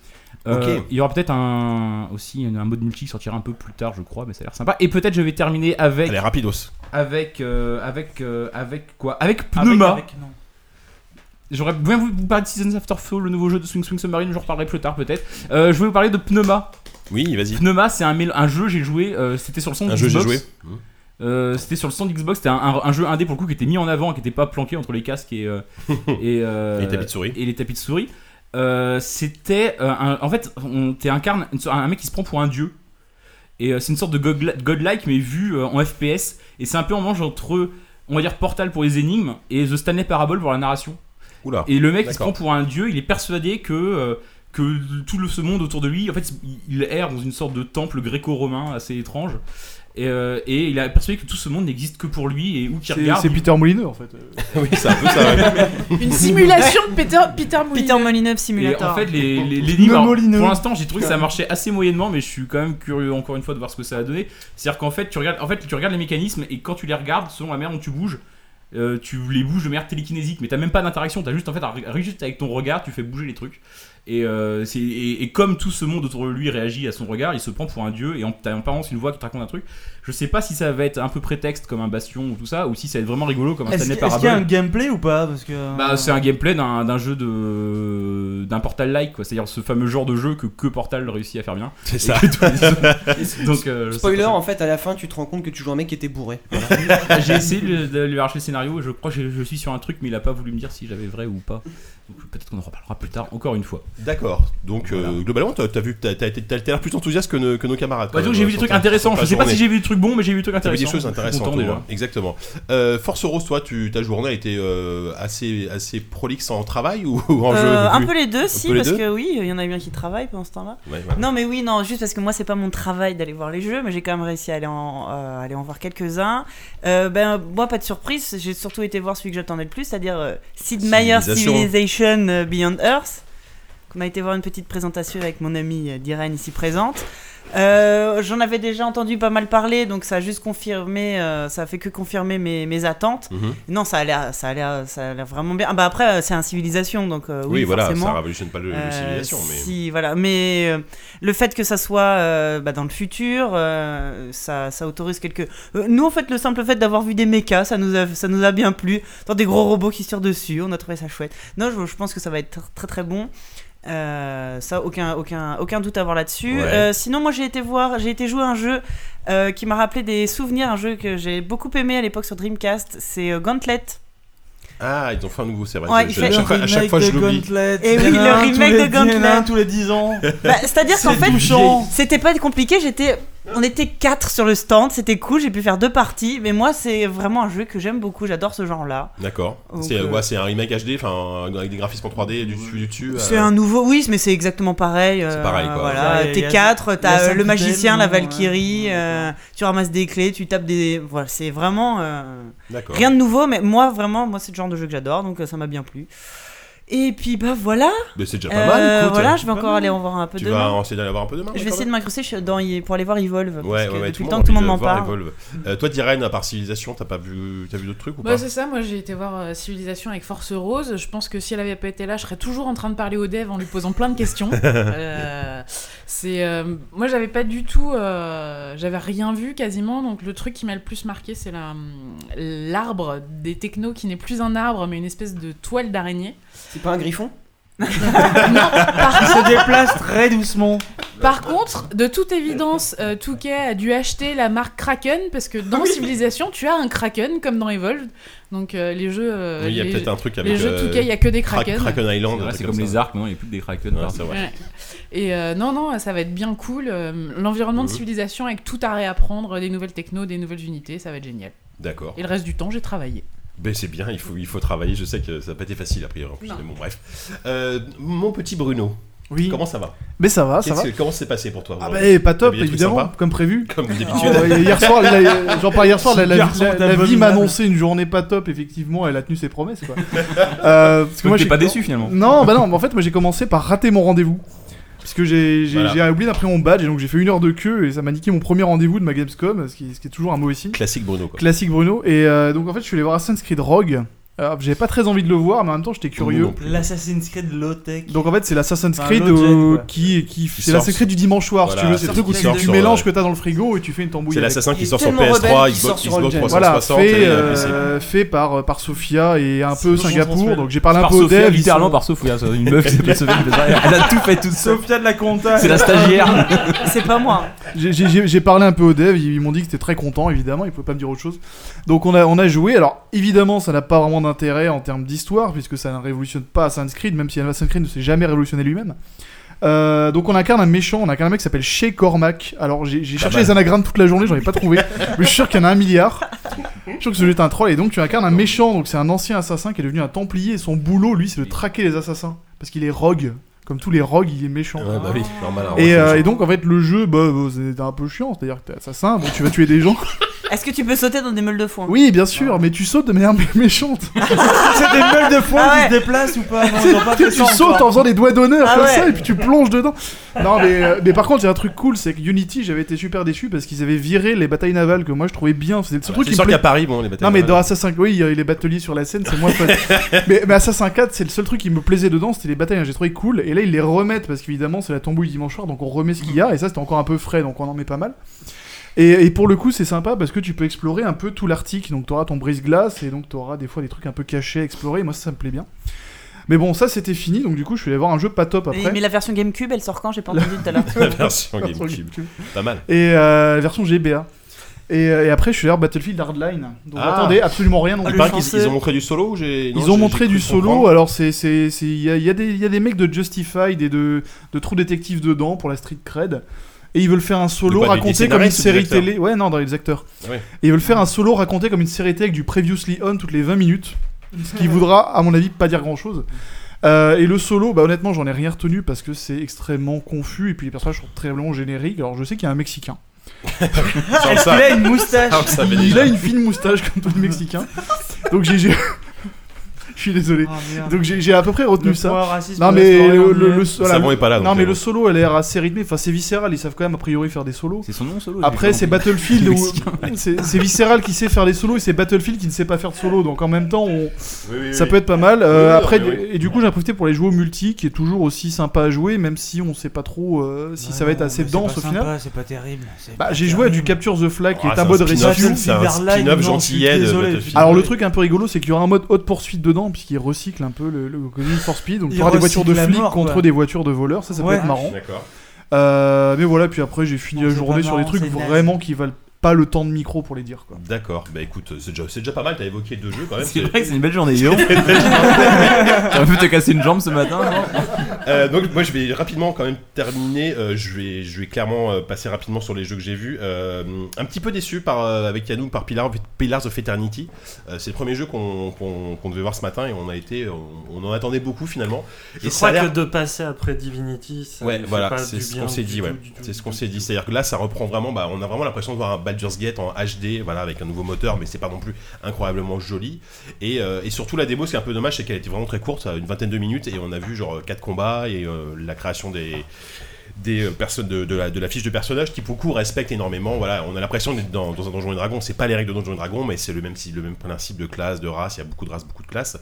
S5: Euh,
S2: Ok.
S5: Il y aura peut-être un, aussi un mode multi qui sortira un peu plus tard, je crois, mais ça a l'air sympa. Et peut-être je vais terminer avec
S2: Allez, rapidos.
S5: avec euh, avec euh, avec quoi Avec Pneuma.
S3: Avec- avec- non.
S5: J'aurais bien voulu vous parler de Seasons After Fall, le nouveau jeu de Swing Swing Submarine, j'en reparlerai plus tard peut-être. Euh, je vais vous parler de Pneuma.
S2: Oui, vas-y.
S5: Pneuma, c'est un, mél- un jeu j'ai joué, euh, c'était sur le son
S2: Un
S5: de
S2: jeu j'ai
S5: Xbox.
S2: joué. Mmh.
S5: Euh, c'était sur le son d'Xbox, c'était un, un- un jeu indé pour le coup qui était mis en avant, qui n'était pas planqué entre les casques et,
S2: *laughs*
S5: euh, et, euh,
S2: Les tapis de souris.
S5: et les tapis de souris. Euh, c'était euh, un- en fait on t'es incarne une sorte- un mec qui se prend pour un dieu et euh, c'est une sorte de godla- godlike mais vu euh, en FPS et c'est un peu en mange entre on va dire Portal pour les énigmes et The Stanley Parable pour la narration
S2: Oula.
S5: et le mec il se
S2: D'accord.
S5: prend pour un dieu il est persuadé que euh, que tout le, ce monde autour de lui en fait il- il erre dans une sorte de temple gréco-romain assez étrange et, euh, et il a persuadé que tout ce monde n'existe que pour lui et où qu'il
S4: C'est-
S5: regarde
S4: C'est Peter Molineux en fait.
S2: *laughs* oui, c'est un peu ça. ouais.
S6: *laughs*
S7: Une simulation de Peter, Peter
S6: Peter
S7: Molyneux.
S6: Molineux
S5: Et
S6: Simulator.
S5: en fait, les, les, les livres,
S4: Le
S5: alors,
S4: Molineux.
S5: pour l'instant, j'ai trouvé que ça marchait assez moyennement, mais je suis quand même curieux encore une fois de voir ce que ça a donné. C'est-à-dire qu'en fait, tu regardes, en fait, tu regardes les mécanismes et quand tu les regardes, selon la manière dont tu bouges, euh, tu les bouges de manière télékinésique, mais t'as même pas d'interaction, t'as juste en fait un- juste avec ton regard, tu fais bouger les trucs. Et, euh, c'est- et- et comme tout ce monde autour de lui réagit à son regard, il se prend pour un dieu et en, t'as en parence une voix qui te raconte un truc. Je sais pas si ça va être un peu prétexte comme un bastion ou tout ça, ou si ça va être vraiment rigolo comme un
S3: Est-ce
S5: Stanley
S3: est-ce qu'il y a un
S5: Parable.
S3: gameplay ou pas Parce que. euh,
S5: Bah,
S3: *laughs*
S5: c'est un gameplay d'un d'un jeu de d'un Portal like quoi, c'est-à-dire ce fameux genre de jeu que que Portal réussit à faire bien.
S2: C'est
S5: Et
S2: ça.
S5: que tous
S7: *laughs*
S5: les autres- Donc euh, je sais pas
S8: Spoiler,
S5: ça.
S8: en fait, à la fin, tu te rends compte que tu joues un mec qui était bourré.
S5: *laughs* Voilà. j'ai essayé de, de lui arracher le scénario. Je crois que je, je suis sur un truc, mais il a pas voulu me dire si j'avais vrai ou pas. Donc peut-être qu'on en reparlera plus tard, encore une fois.
S2: D'accord. Donc euh, globalement, t'as as vu, t'as t'as été- t'as l'air plus enthousiaste que nos, que nos camarades.
S5: Bah,
S2: quand
S5: donc
S2: même,
S5: j'ai vu
S2: sur
S5: des trucs
S2: ta-
S5: intéressants.
S2: sur ta
S5: Je sais pas
S2: journée.
S5: si j'ai vu des trucs bons, mais j'ai vu des trucs
S2: T'as vu
S5: intéressants.
S2: des
S5: Je suis
S2: choses intéressantes.
S5: content,
S2: toi,
S5: déjà.
S2: hein. Exactement. Euh, Force Rose, toi, tu, ta journée a été euh, assez, assez prolixe en travail ou, ou en jeu
S6: Euh,
S2: non
S6: un
S2: plus
S6: peu les deux, si,
S2: peu les
S6: parce
S2: deux
S6: que oui, il y en a eu un qui travaille pendant ce temps-là.
S2: Ouais, voilà.
S6: Non, mais oui, non, juste parce que moi, c'est pas mon travail d'aller voir les jeux, mais j'ai quand même réussi à aller en, euh, aller en voir quelques-uns. Euh, ben, moi, pas de surprise, j'ai surtout été voir celui que j'attendais le plus, c'est-à-dire euh, Sid Meier's
S2: Civilization.
S6: Civilization euh, Beyond Earth. qu'on a été voir une petite présentation avec mon ami euh, Diren ici présente. Euh, J'en avais déjà entendu pas mal parler, donc ça a juste confirmé, euh, ça a fait que confirmer mes, mes attentes.
S2: Mhm.
S6: Non, ça a l'air, ça a l'air, ça a l'air vraiment bien. Ah bah après, euh, c'est un civilisation, donc euh, oui,
S2: Oui, voilà,
S6: forcément.
S2: ça révolutionne pas le- le
S6: Euh,
S2: civilisation, mais-
S6: Si, voilà, mais euh, le fait que ça soit euh, bah, dans le futur, euh, ça, ça autorise quelques. Euh, nous, en fait, le simple fait d'avoir vu des mechas, ça nous a, ça nous a bien plu. Dans des gros robots qui se tirent dessus, on a trouvé ça chouette. Non, je, je pense que ça va être tr- très très bon. Euh, ça, aucun, aucun, aucun doute à avoir là-dessus.
S11: Ouais.
S6: Euh, sinon, moi, j'ai été voir, j'ai été jouer à un jeu euh, qui m'a rappelé des souvenirs, un jeu que j'ai beaucoup aimé à l'époque sur Dreamcast. C'est euh, Gauntlet.
S2: Ah, ils ont fait un nouveau, c'est vrai.
S6: Ouais,
S2: Je-
S6: il
S2: je-
S6: fait
S2: à, chaque fois, à chaque
S6: remake
S2: fois, je
S6: de
S2: l'oublie.
S6: Et Eh oui,
S3: Il y en a
S6: le
S3: un tous
S6: remake
S3: les-
S6: de
S3: il y en a un
S6: Gauntlet.
S3: tous les
S6: *laughs*
S3: 10 ans.
S6: Bah, C'est-à-dire qu'en
S3: C'est
S6: fait,
S3: touchant.
S6: c'était pas compliqué. J'étais, on était quatre sur le stand, c'était cool. J'ai pu faire deux parties, mais moi, c'est vraiment un jeu que j'aime beaucoup. J'adore ce genre-là.
S2: D'accord.
S6: Donc,
S2: C'est
S6: euh,
S2: ouais, c'est un remake HD, enfin, avec des graphismes en 3D du dessus. Du dessus
S6: C'est
S2: euh,
S6: un nouveau, oui, mais c'est exactement pareil. euh,
S2: pareil, quoi.
S6: Voilà,
S2: Ouais,
S6: t'es
S2: y a-
S6: quatre,
S3: y a
S6: t'as euh,
S3: cinq
S6: le magicien, la
S3: items, ouais.
S6: Valkyrie, euh, tu ramasses des clés, tu tapes des, voilà, c'est vraiment euh,
S2: D'accord.
S6: rien de nouveau, mais moi vraiment, moi c'est le genre de jeu que j'adore, donc euh, ça m'a bien plu. Et puis bah voilà. Euh,
S2: Mais c'est déjà pas mal, écoute.
S6: Voilà, je vais
S2: Pas
S6: encore
S2: mal.
S6: aller en voir un peu
S2: Tu
S6: demain.
S2: vas essayer d'aller voir un peu demain,
S6: Je vais
S2: d'accord.
S6: essayer de m'incruster chez- dans pour aller voir Evolve. parce
S2: Ouais,
S6: que
S2: ouais, ouais,
S6: depuis
S2: tout
S6: le temps que tout le monde
S2: a
S6: m'en
S2: envie de voir
S6: parle.
S2: Evolve. Euh, toi, Diren, à part Civilisation, t'as pas vu, t'as vu d'autres trucs ou
S7: Bah,
S2: pas
S7: c'est ça, moi j'ai été voir euh, Civilisation avec Force Rose. Je pense que si elle avait pas été là, je serais toujours en train de parler au dev en lui posant plein de
S3: *laughs*
S7: questions. Euh, c'est, euh, moi j'avais pas du tout, euh, j'avais rien vu quasiment. Donc le truc qui m'a le plus marqué, c'est la, l'arbre des technos qui n'est plus un arbre mais une espèce de toile d'araignée.
S8: C'est pas
S7: *laughs*
S8: un griffon
S3: Il se déplace très doucement.
S7: Par contre, de toute évidence, euh, 2K a dû acheter la marque Kraken parce que
S2: Ah
S7: dans Civilization, tu as un Kraken comme dans Evolved. Donc euh, les jeux. euh,
S2: Oui, il y a
S7: les-
S2: peut-être un truc avec.
S7: Les jeux
S2: euh,
S7: 2K, il n'y a que des
S2: Kra-
S7: Kraken.
S2: Kraken Island.
S5: C'est vrai,
S2: un
S5: c'est
S2: truc
S5: comme les
S2: ça.
S5: arcs, maintenant il n'y a plus que des Kraken.
S2: Ouais,
S5: partout.
S2: c'est vrai.
S7: Ouais. Et euh, non, non, ça va être bien cool. euh, L'environnement de
S2: Mhm.
S7: civilisation avec tout à réapprendre, des nouvelles technos, des nouvelles unités, ça va être génial.
S2: D'accord.
S7: Et le reste du temps, j'ai travaillé.
S2: Ben c'est bien, il faut, il faut travailler. Je sais que ça n'a pas été facile, a priori. en plus,
S7: Non.
S2: mais bon, bref. Euh, mon petit Bruno, comment ça va
S4: Mais Ben, ça va, ça
S2: Qu'est-ce
S4: va.
S2: que- Comment c'est passé pour toi
S4: Ah
S2: aujourd'hui
S4: bah pas
S2: T'as
S4: top
S2: vu des trucs
S4: évidemment
S2: sympas
S4: comme prévu.
S2: Comme d'habitude.
S4: Ah ouais,
S2: *laughs*
S4: hier soir, la- j'en parlais hier soir, la, la-
S3: Garçon
S4: la- la
S3: abominable.
S4: vie m'a annoncé une journée pas top. Effectivement, elle a tenu ses promesses
S2: *laughs*
S4: quoi. Euh, parce
S5: Donc t'es
S4: j'ai-
S5: pas déçu, finalement.
S4: Non, bah non. mais En fait, moi j'ai commencé par rater mon rendez-vous. Parce que j'ai j'ai-
S2: Voilà.
S4: j'ai oublié d'après mon badge et donc j'ai fait une heure de queue et ça m'a niqué mon premier rendez-vous de ma Gamescom, ce qui, ce qui est toujours un mauvais signe.
S2: Classique Bruno, quoi.
S4: Classique Bruno. Et euh, donc en fait, je suis allé voir Assassin's Creed Rogue. Alors, J'avais pas très envie de le voir, mais en même temps, j'étais curieux.
S3: L'Assassin's Creed Low Tech.
S4: Donc en fait, c'est l'Assassin's
S3: Enfin,
S4: Creed
S3: low jet,
S4: euh,
S3: quoi.
S4: qui,
S2: Qui
S4: qui c'est
S2: sort
S4: l'Assassin's Creed du dimanche soir,
S2: Voilà,
S4: si tu veux, c'est le truc où
S2: qui
S4: tu,
S2: sort
S4: tu
S2: sur,
S4: mélanges
S2: euh,
S4: ce que t'as dans le frigo et tu fais une tambouille.
S2: C'est
S4: avec.
S2: l'assassin
S8: Il
S2: qui
S8: est
S2: sort sur
S8: tellement
S2: PS3,
S8: rebelle qu'il
S2: Xbox,
S8: sort sur
S2: Xbox
S8: Old Gen.
S4: Voilà,
S2: 360
S4: fait,
S2: et euh,
S4: euh,
S2: PC.
S4: fait par, euh, par Sofia et un peu
S3: Bonjour,
S4: Singapour.
S3: François.
S4: Donc j'ai parlé un
S5: Par
S4: peu au
S5: Sophia,
S4: dev. ils
S5: littéralement
S4: sont-
S5: par Sophia. c'est Une meuf qui s'appelle Sophia. qui fait
S4: *laughs*
S5: ça. Elle a tout fait
S3: *laughs*
S5: toute seule.
S3: Sophia de la compta.
S5: C'est la stagiaire.
S6: *laughs* C'est pas moi.
S4: J'ai- j'ai- J'ai j'ai parlé un peu au dev, ils ils m'ont dit que c'était très content, évidemment, ils pouvaient pas me dire autre chose. Donc on a, on a joué, alors évidemment ça n'a pas vraiment d'intérêt en termes d'histoire, puisque ça ne révolutionne pas Assassin's Creed, même si Assassin's Creed ne s'est jamais révolutionné lui-même. Euh, donc on incarne un méchant, on incarne un mec qui s'appelle Shea Cormac. Alors j'ai j'ai cherché
S2: mal.
S4: les anagrammes toute la journée, j'en ai
S5: *laughs*
S4: pas trouvé, mais je suis sûr qu'il y en a un milliard.
S3: Hmm
S4: Je suis sûr que ce jeu est un troll, et donc tu incarnes un méchant, donc c'est un ancien assassin qui est devenu un templier, et son boulot lui c'est de traquer les assassins, parce qu'il est rogue. Comme tous les rogues, il est méchant.
S2: Ouais, bah oui,
S3: Ah.
S2: normal. alors,
S4: Et,
S2: on
S4: euh,
S2: fait-
S4: et donc en fait le jeu bah, bah, c'est un peu chiant, c'est-à-dire que t'es assassin, donc tu vas tuer des gens. *laughs*
S6: Est-ce que tu peux sauter dans des meules de foin *laughs*
S4: Oui, bien sûr, mais tu sautes de manière mé- méchante.
S3: Ah. *laughs* C'est des meules de foin
S6: Ah
S3: qui
S6: ouais.
S3: se déplacent ou pas Non, ils ont pas
S4: *laughs* tu
S3: fait ça
S4: tu sautes
S3: encore.
S4: en faisant des doigts d'honneur
S6: Ah
S4: comme
S6: ouais.
S4: ça et puis tu plonges dedans. Non, mais, euh, mais par contre, il y a un truc cool, c'est que Unity, j'avais été super déçu parce qu'ils avaient viré les batailles navales que moi je trouvais bien. C'était le seul truc
S2: Ah bah, C'est
S4: qui me
S2: sûr
S4: plaît-
S2: qu'à Paris, bon, les batailles.
S4: Non mais dans
S2: navales.
S4: Assassin oui, il y a eu les bateliers sur la scène, c'est moins fun. mais, mais Assassin 4, c'est le seul truc qui me plaisait dedans, c'était les batailles, hein, j'ai trouvé cool. Et là, ils les remettent parce qu'évidemment, c'est la tambouille dimanche soir, donc on remet ce qu'il y a. Et ça, c'était encore un peu frais, donc on en met pas mal. Et, et pour le coup, c'est sympa parce que tu peux explorer un peu tout l'Arctique. Donc, tu auras ton brise-glace et donc tu auras des fois des trucs un peu cachés à explorer. Moi, ça, ça me plaît bien. Mais bon, ça, c'était fini. Donc, du coup, je suis allé voir un jeu pas top
S6: Mais-
S4: après.
S6: Mais la version GameCube, elle sort quand J'ai pas entendu tout à l'heure.
S2: *laughs* *laughs* La version GameCube.
S4: GameCube.
S2: Pas mal.
S4: Et euh, la version GBA. Et, euh, et après, je suis allé voir Battlefield Hardline. Donc,
S2: Ah.
S4: attendez, absolument rien. non
S2: Il
S4: plus.
S2: paraît qu'ils- ils ont montré du solo ou j'ai. non,
S4: Ils
S2: j'ai-
S4: ont
S2: j'ai
S4: montré
S2: cru
S4: du
S2: comprendre.
S4: solo, alors c'est c'est c'est il y a, il y a des il y a des mecs de Justified et de de True Detective dedans pour la Street Cred et ils veulent faire un solo
S2: quoi, des- des
S4: raconté comme une
S2: scénaristes ou des
S4: série
S2: acteurs
S4: télé. Ouais, non, dans les acteurs.
S2: Ah ouais.
S4: Et ils veulent faire un solo raconté comme une série télé avec du previously on toutes les 20 minutes, ce qui voudra à mon avis pas dire grand-chose. Euh, et le solo, bah honnêtement, j'en ai rien retenu parce que c'est extrêmement confus et puis les personnages sont très longs génériques. Alors je sais qu'il y a
S2: *laughs*
S4: un mexicain.
S2: Sans
S3: Est-ce
S2: ça.
S3: qu'il a une moustache
S2: Ah, on savait
S4: Il
S2: déjà.
S4: a une fine moustache comme tout le mexicain. Donc j'ai *laughs* j'ai- je suis désolé.
S3: Ah, merde.
S4: Donc j'ai j'ai à peu près retenu
S3: Le
S4: ça.
S3: point raciste
S4: Non
S3: de la
S4: mais
S3: soirée,
S4: le,
S3: on
S4: le-
S3: y est.
S4: le-
S2: Le
S4: voilà,
S2: savon est pas là.
S4: non
S2: donc euh.
S4: mais
S2: c'est
S4: le
S2: bon.
S4: solo elle est assez rythmée, enfin c'est viscéral, ils savent quand même a priori faire des solos.
S5: C'est son nom solo.
S4: Après c'est
S5: battu
S4: Battlefield
S5: Les
S4: où-
S5: Mexicains.
S4: c'est c'est viscéral qui sait faire des solos et c'est Battlefield qui ne sait pas faire de solo donc en même temps on-
S10: Oui, oui,
S4: ça
S10: oui.
S4: peut être pas mal. Euh,
S10: Oui, oui,
S4: après
S10: oui, oui.
S4: et du coup j'ai profité pour les jouer au multi qui est toujours aussi sympa à jouer même si on sait pas trop euh, si ça va être
S3: Ouais,
S4: assez
S3: mais c'est
S4: dense
S3: pas
S4: au final.
S3: sympa, C'est pas terrible. c'est
S4: Bah,
S3: pas
S4: j'ai joué à du
S3: terrible.
S4: Capture the Flag qui
S2: Ah,
S4: est
S2: c'est
S4: un
S2: un
S4: mode
S2: spin-off,
S4: récit.
S2: c'est un
S3: Battlefield
S2: spin-off
S3: Hardline, non, je suis
S2: gentillet de
S3: désolé.
S2: Battlefield.
S4: Alors le truc un peu rigolo, c'est qu'il y aura un mode haute poursuite dedans, puisqu'il recycle un peu le, le Call Me for Speed. Donc
S3: Il
S4: il y aura des
S3: recycle
S4: voitures de
S3: la
S4: flics
S3: mort,
S4: contre
S3: quoi.
S4: des voitures de voleurs, ça ça
S3: Ouais.
S4: peut être marrant.
S2: D'accord.
S4: Euh, mais voilà, puis après j'ai fini
S3: Non,
S4: la
S3: c'est
S4: journée
S3: pas
S4: sur des
S3: marrant,
S4: trucs
S3: c'est naze.
S4: vraiment qui valent pas le temps de micro pour les dire quoi.
S2: D'accord. Bah écoute, c'est déjà, c'est déjà pas mal. T'as évoqué deux jeux quand même.
S5: C'est
S2: c'est-
S5: vrai que c'est une belle
S2: *laughs*
S5: journée, Yo. T'as un peu te casser une jambe ce matin, non
S2: Euh, donc moi je vais rapidement quand même terminer. Euh, je vais je vais clairement euh, passer rapidement sur les jeux que j'ai vus. Euh, un petit peu déçu par euh, avec Yannou par Pillar- Pillars of Eternity. Euh, c'est le premier jeu qu'on qu'on- qu'on devait voir ce matin et on a été on, on en attendait beaucoup finalement.
S9: Je
S2: et ça
S9: crois
S2: a l'air-
S9: que de passer après Divinity, ça
S2: Ouais,
S9: lui fait
S2: voilà,
S9: pas
S2: c'est
S9: du
S2: ce
S9: bien
S2: qu'on s'est
S9: du
S2: dit,
S9: tout,
S2: ouais.
S9: du tout,
S2: C'est ce
S9: du
S2: qu'on
S9: tout,
S2: s'est
S9: du
S2: dit.
S9: tout.
S2: C'est-à-dire que là, ça reprend vraiment, bah, on a vraiment l'impression de voir un Baldur's Gate en HD, voilà, avec un nouveau moteur, mais c'est pas non plus incroyablement joli. Et, euh, et surtout, la démo, ce qui est un peu dommage, c'est qu'elle était vraiment très courte, une vingtaine de minutes, et on a vu genre quatre combats et euh, la création des des euh, personnes de, de la, de la fiche de personnage qui pour le coup respecte énormément voilà on a l'impression d'être dans, dans un donjon et dragon c'est pas les règles de donjon et dragon mais c'est le même si- le même principe de classe de race il y a beaucoup de races beaucoup de classes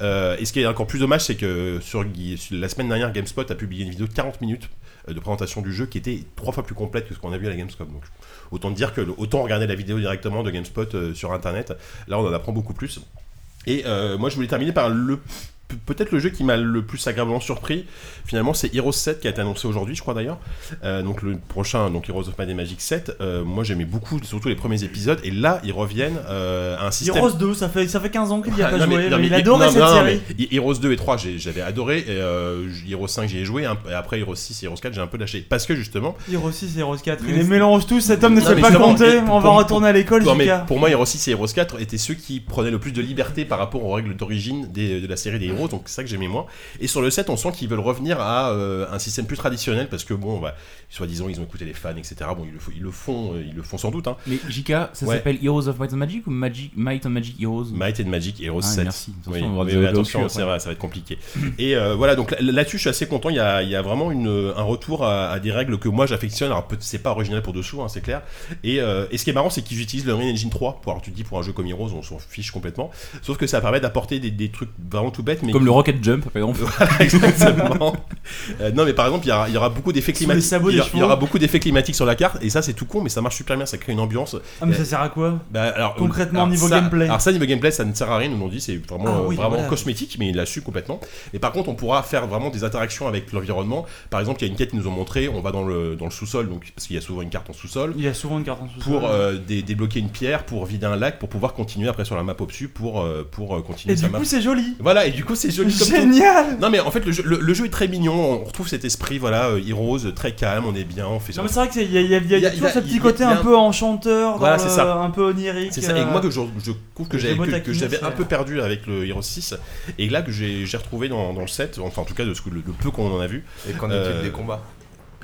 S2: euh, et ce qui est encore plus dommage, c'est que sur, sur la semaine dernière, GameSpot a publié une vidéo de 40 minutes euh, de présentation du jeu qui était trois fois plus complète que ce qu'on a vu à la Gamescom. Donc, autant dire que le- autant regarder la vidéo directement de GameSpot euh, sur Internet. Là, on en apprend beaucoup plus. Et euh, moi, je voulais terminer par le pe- peut-être le jeu qui m'a le plus agréablement surpris. Finalement, c'est Heroes 7 qui a été annoncé aujourd'hui, je crois d'ailleurs. Euh, donc le prochain, donc Heroes of Might and Magic 7. euh, moi, j'aimais beaucoup, surtout les premiers épisodes. Et là, ils reviennent euh, à un système.
S3: Heroes 2, ça fait, ça fait 15 ans qu'il n'y a
S2: Ah,
S3: pas
S2: non, mais-
S3: joué.
S2: non,
S3: mais il
S2: mais-
S3: adorait
S2: non,
S3: cette
S2: non,
S3: série.
S2: mais He- Heroes 2 et 3, j'ai- j'avais adoré. Et, euh, Heroes 5, j'y ai joué. un- et après Heroes 6 et Heroes 4, j'ai un peu lâché. Parce que justement,
S3: Heroes 6 et Heroes 4. Il les mélange tous, cet homme ne
S2: Non,
S3: sait
S2: mais
S3: pas
S2: justement,
S3: compter.
S2: et
S3: On
S2: pour-
S3: va
S2: pour-
S3: retourner à l'école,
S2: non, mais
S3: JK.
S2: pour moi, Heroes 6 et Heroes 4 étaient ceux qui prenaient le plus de liberté par rapport aux règles d'origine des- de la série des Heroes. Donc c'est ça que j'aimais moins. Et sur le 7, on sent qu'ils veulent revenir à euh, un système plus traditionnel. Parce que bon, bah, soi-disant, ils ont écouté les fans, etc. Bon, ils le, fo- ils le font, euh, ils le font sans doute. Hein.
S5: Mais JK, ça
S2: Ouais.
S5: s'appelle Heroes of Might and Magic ou Magic Might and Magic Heroes
S2: Might and Magic Heroes
S5: Ah,
S2: 7.
S5: merci. Attention,
S2: Oui,
S5: on va avoir
S2: mais
S5: des
S2: oui,
S5: ados
S2: attention,
S5: après.
S2: ça va, ça va être compliqué. Et euh, voilà, donc là- là-dessus, je suis assez content. Il y a, il y a vraiment une, un retour à, à des règles que moi j'affectionne. Alors, peut- c'est pas original pour dessous, hein, c'est clair. Et, euh, et ce qui est marrant, c'est qu'ils utilisent le Unreal Engine 3. Pour, alors, tu te dis, pour un jeu comme Heroes, on s'en fiche complètement. Sauf que ça permet d'apporter des, des trucs vraiment tout bêtes, mais.
S5: Comme le Rocket Jump, par
S2: *laughs*
S5: exemple.
S2: Exactement. Euh, non, mais par exemple, il y aura, il y aura beaucoup d'effets
S3: Sous les
S2: climatiques.
S3: sabots
S2: il, y aura,
S3: des
S2: il y aura
S3: chevaux.
S2: beaucoup d'effets climatiques sur la carte. Et ça, c'est tout con, mais ça marche super bien. Ça crée une ambiance.
S3: Ah, mais ça sert à quoi
S2: Bah, alors,
S3: Concrètement,
S2: alors,
S3: niveau
S2: ça-
S3: gameplay.
S2: Alors ça, niveau gameplay, ça ne sert à rien, nous l'ont dit, c'est vraiment,
S3: Ah
S2: euh,
S3: oui,
S2: vraiment
S3: voilà.
S2: cosmétique, mais il l'a su complètement. Et par contre, on pourra faire vraiment des interactions avec l'environnement. Par exemple, il y a une quête qu'ils nous ont montré, on va dans le, dans le sous-sol, donc, parce qu'il y a souvent une carte en sous-sol,
S3: Il y a souvent une carte en sous-sol.
S2: pour euh, dé- débloquer une pierre, pour vider un lac, pour pouvoir continuer après sur la map au-dessus, pour, euh, pour euh, continuer
S3: Et
S2: sa
S3: du
S2: map.
S3: coup, c'est joli.
S2: Voilà, et du coup, c'est joli comme tout.
S3: Génial
S2: Non mais en fait le jeu, le, le jeu est très mignon, on retrouve cet esprit voilà euh, Heroes euh, très calme, on est bien, on fait
S3: Non, mais c'est vrai qu'il y a, il y a- il y a
S2: Il y a-
S3: toujours
S2: il y
S3: ce
S2: a-
S3: petit
S2: il y a-
S3: côté
S2: il y a
S3: un
S2: un-
S3: peu enchanteur, dans
S2: Voilà,
S3: le-
S2: c'est ça.
S3: euh, un peu onirique.
S2: C'est ça. Et
S3: euh,
S2: moi que je, je trouve que
S3: le euh.
S2: j'avais
S3: jeu
S2: que,
S3: Botac
S2: que
S3: News,
S2: j'avais un
S3: c'est-
S2: peu perdu avec le Hero 6 et là que j'ai j'ai retrouvé dans, dans le set, enfin en tout cas de ce que le, le peu qu'on en a vu.
S10: Et qu'en
S2: Euh,
S10: est-il des combats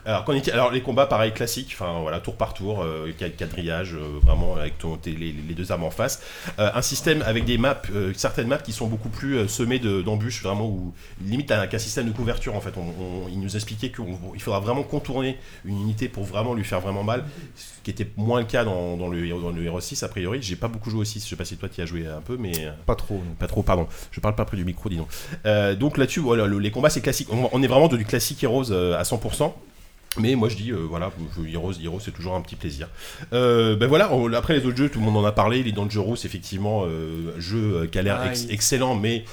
S2: Alors, qu'en est-il Alors, les combats, pareil, classiques, enfin voilà, tour par tour, euh, ca- quadrillage, euh, vraiment avec ton- tes- les, les deux armes en face. Euh, un système avec des maps, euh, certaines maps qui sont beaucoup plus euh, semées de- d'embûches, vraiment, où limite t'as un- qu'un système de couverture en fait. On- on- il nous expliquait qu'il faudra vraiment contourner une unité pour vraiment lui faire vraiment mal, ce qui était moins le cas dans, dans le, Hero- dans le Hero 6 a priori. J'ai pas beaucoup joué au 6, je sais pas si toi tu as joué un peu, mais. euh,
S10: Pas trop, non.
S2: Pas trop, pardon. Je parle pas près du micro, dis donc. Euh, donc là-dessus, voilà, le- les combats c'est classique. On, on est vraiment de du classique Heroes euh, à 100%. Mais moi je dis, euh, voilà, je- Heroes, Heroes c'est toujours un petit plaisir. Euh, ben voilà, on- après les autres jeux, tout le monde en a parlé. Les Dangerous, effectivement, euh, jeu euh, qui a l'air
S10: Ah,
S2: ex-
S10: il-
S2: excellent, mais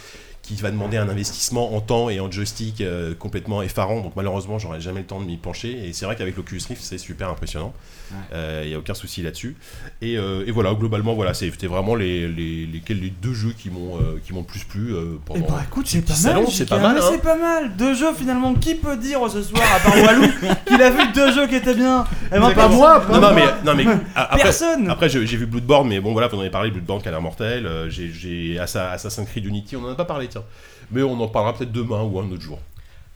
S2: qui va demander un investissement en temps et en joystick euh, complètement effarant. Donc malheureusement, j'aurai jamais le temps de m'y pencher. Et c'est vrai qu'avec l'Oculus Rift, c'est super impressionnant.
S5: Ouais.
S2: Euh, Il y n'y a aucun souci là-dessus. Et, euh, et voilà, globalement, voilà, c'était vraiment les, les, les, les deux jeux qui m'ont euh, qui m'ont le plus plu euh, pendant.
S3: Eh bah écoute,
S2: ce
S3: c'est
S2: petit
S3: pas
S2: salon,
S3: mal.
S2: c'est
S3: JK,
S2: pas mal.
S3: mais
S2: hein.
S3: C'est pas mal. Deux jeux finalement. Qui peut dire ce soir, à part Walou, *laughs* qu'il a vu deux jeux qui étaient bien Eh ben, pas moi, pas
S2: non, non,
S3: moi.
S2: mais, non, *laughs* mais a- après,
S3: Personne.
S2: Après, j'ai j'ai vu Bloodborne, mais bon, voilà, vous en avez parlé, Bloodborne qui a l'air mortel. euh, j'ai- J'ai Assa- Assassin's Creed Unity, on en a pas parlé, tiens. Mais on en parlera peut-être demain ou un autre jour.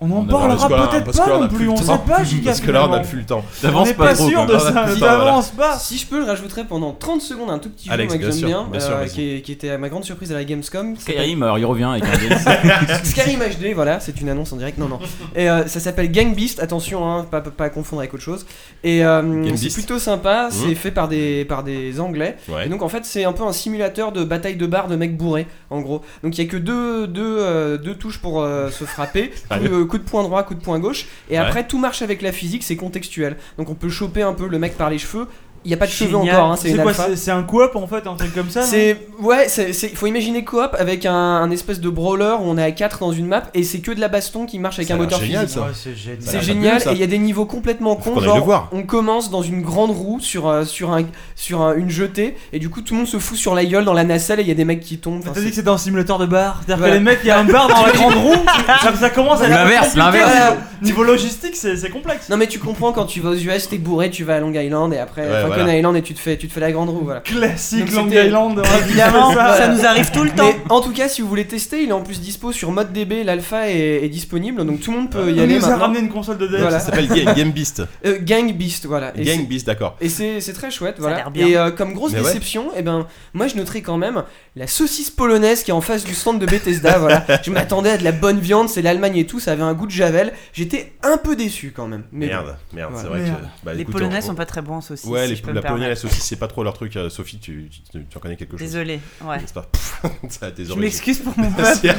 S3: On en
S2: a-
S3: parlera
S2: parce que là-
S3: peut-être
S2: parce
S3: pas
S2: que là, on a
S3: non
S2: plus
S3: plus,
S2: le
S3: on sait
S2: temps. *laughs*
S3: pas, Giga,
S2: Parce que là, on a
S3: finalement.
S2: plus le temps. *laughs*
S3: On n'est pas sûr de ça.
S2: Avance
S3: Si
S2: pas, voilà.
S3: t'avances pas.
S8: Si je peux, je rajouterais pendant 30 secondes un tout petit
S2: Alex,
S8: jeu moi, que
S2: bien
S8: j'aime
S2: sûr,
S8: bien,
S2: bien sûr,
S8: euh,
S2: vas-y.
S8: qui, est- qui était à ma grande surprise à la Gamescom.
S5: Skyrim, alors il revient
S8: *laughs*
S5: avec un DLC.
S8: Skyrim HD, voilà, c'est une annonce en direct. Non, non. Et euh, ça s'appelle Gang Beast, attention, hein, pas, pas, pas à confondre avec autre chose. Et euh, c'est
S2: Beast.
S8: plutôt sympa,
S2: Mhm.
S8: c'est fait par des, par des Anglais.
S2: Ouais.
S8: Et donc en fait, c'est un peu un simulateur de bataille de bar de mecs bourrés, en gros. Donc il y a que deux, deux, euh, deux touches pour euh, se frapper, coup,
S2: Sérieux
S8: euh, coup de poing droit, coup de poing gauche. Et
S2: Ouais.
S8: après, tout marche avec la physique, c'est contextuel. Donc on peut choper un peu le mec par les cheveux. Il n'y a pas de cheveux
S6: Génial.
S8: encore, hein, c'est
S3: C'est
S8: une
S3: quoi
S8: alpha.
S3: c'est- C'est un coop en fait, un truc comme ça non
S8: C'est ouais, c'est c'est- faut imaginer coop avec un, un espèce de brawler où on est à 4 dans une map et c'est que de la baston qui marche avec
S2: Ça a
S8: un
S2: l'air
S8: moteur
S2: génial,
S8: physique.
S2: ça.
S3: Ouais, c'est génial.
S2: Ça a
S8: C'est
S2: l'air
S8: génial
S2: fabuleux, ça.
S8: et il y a des niveaux complètement cons.
S2: Faut qu'on aille le
S8: Genre,
S2: voir.
S8: on commence dans une grande roue sur euh, sur un sur un- une jetée et du coup tout le monde se fout sur la gueule dans la nacelle et il y a des mecs qui tombent. Enfin,
S3: T'as dit
S8: c'est-
S3: que c'était un simulateur de bar C'est-à-dire
S8: Voilà.
S3: que les mecs, il y a un
S8: *laughs*
S3: bar dans la grande roue, ça, ça commence à être
S5: L'inverse,
S3: compliqué.
S5: l'inverse.
S3: Voilà. Niveau logistique, c'est c'est complexe.
S8: non mais tu comprends quand tu vas aux US, t'es bourré, tu vas à Long Island et après
S2: Ouais,
S8: Falcon
S2: voilà.
S8: Island et tu te fais tu te fais la grande roue voilà.
S3: Classique
S8: Donc,
S3: Long
S8: c'était-
S3: Island.
S6: Évidemment, ça nous arrive tout le temps.
S8: Mais en tout cas, si vous voulez tester, il est en plus dispo sur ModeDB, l'alpha est, est disponible donc tout le monde peut y
S3: Ah, Il
S8: aller
S3: nous a
S8: maintenant.
S3: ramené une console de dev.
S8: Voilà.
S2: Ça s'appelle Ga- Game Beast.
S8: *laughs* Euh, Gang Beast voilà. Et
S2: Game Beast, d'accord.
S8: Et c'est c'est très chouette,
S6: Ça a
S8: voilà.
S6: l'air bien.
S8: Et euh, comme grosse
S2: Mais ouais.
S8: déception, eh ben, moi je noterai quand même la saucisse polonaise qui est en face du stand de Bethesda, *laughs* voilà. Je m'attendais à de la bonne viande, c'est l'Allemagne et tout, ça avait un goût de javel. J'étais un peu déçu quand même. Mais
S2: Merde, merde, c'est
S8: Voilà.
S2: vrai
S3: Merde.
S2: que. bah,
S6: Les
S2: écoute,
S6: Polonais
S2: on-
S6: sont pas très bons en saucisses.
S2: Ouais,
S6: si
S2: les,
S6: je peux me
S2: la Pologne et la
S6: permettre.
S2: saucisse, c'est pas trop leur truc. euh, Sophie, tu, tu, tu- tu en connais quelque chose
S6: Désolé, ouais. *laughs*
S2: n'est-ce pas *laughs* Ça a tes
S6: Je
S2: origines.
S6: m'excuse pour
S2: *laughs*
S6: mon peuple.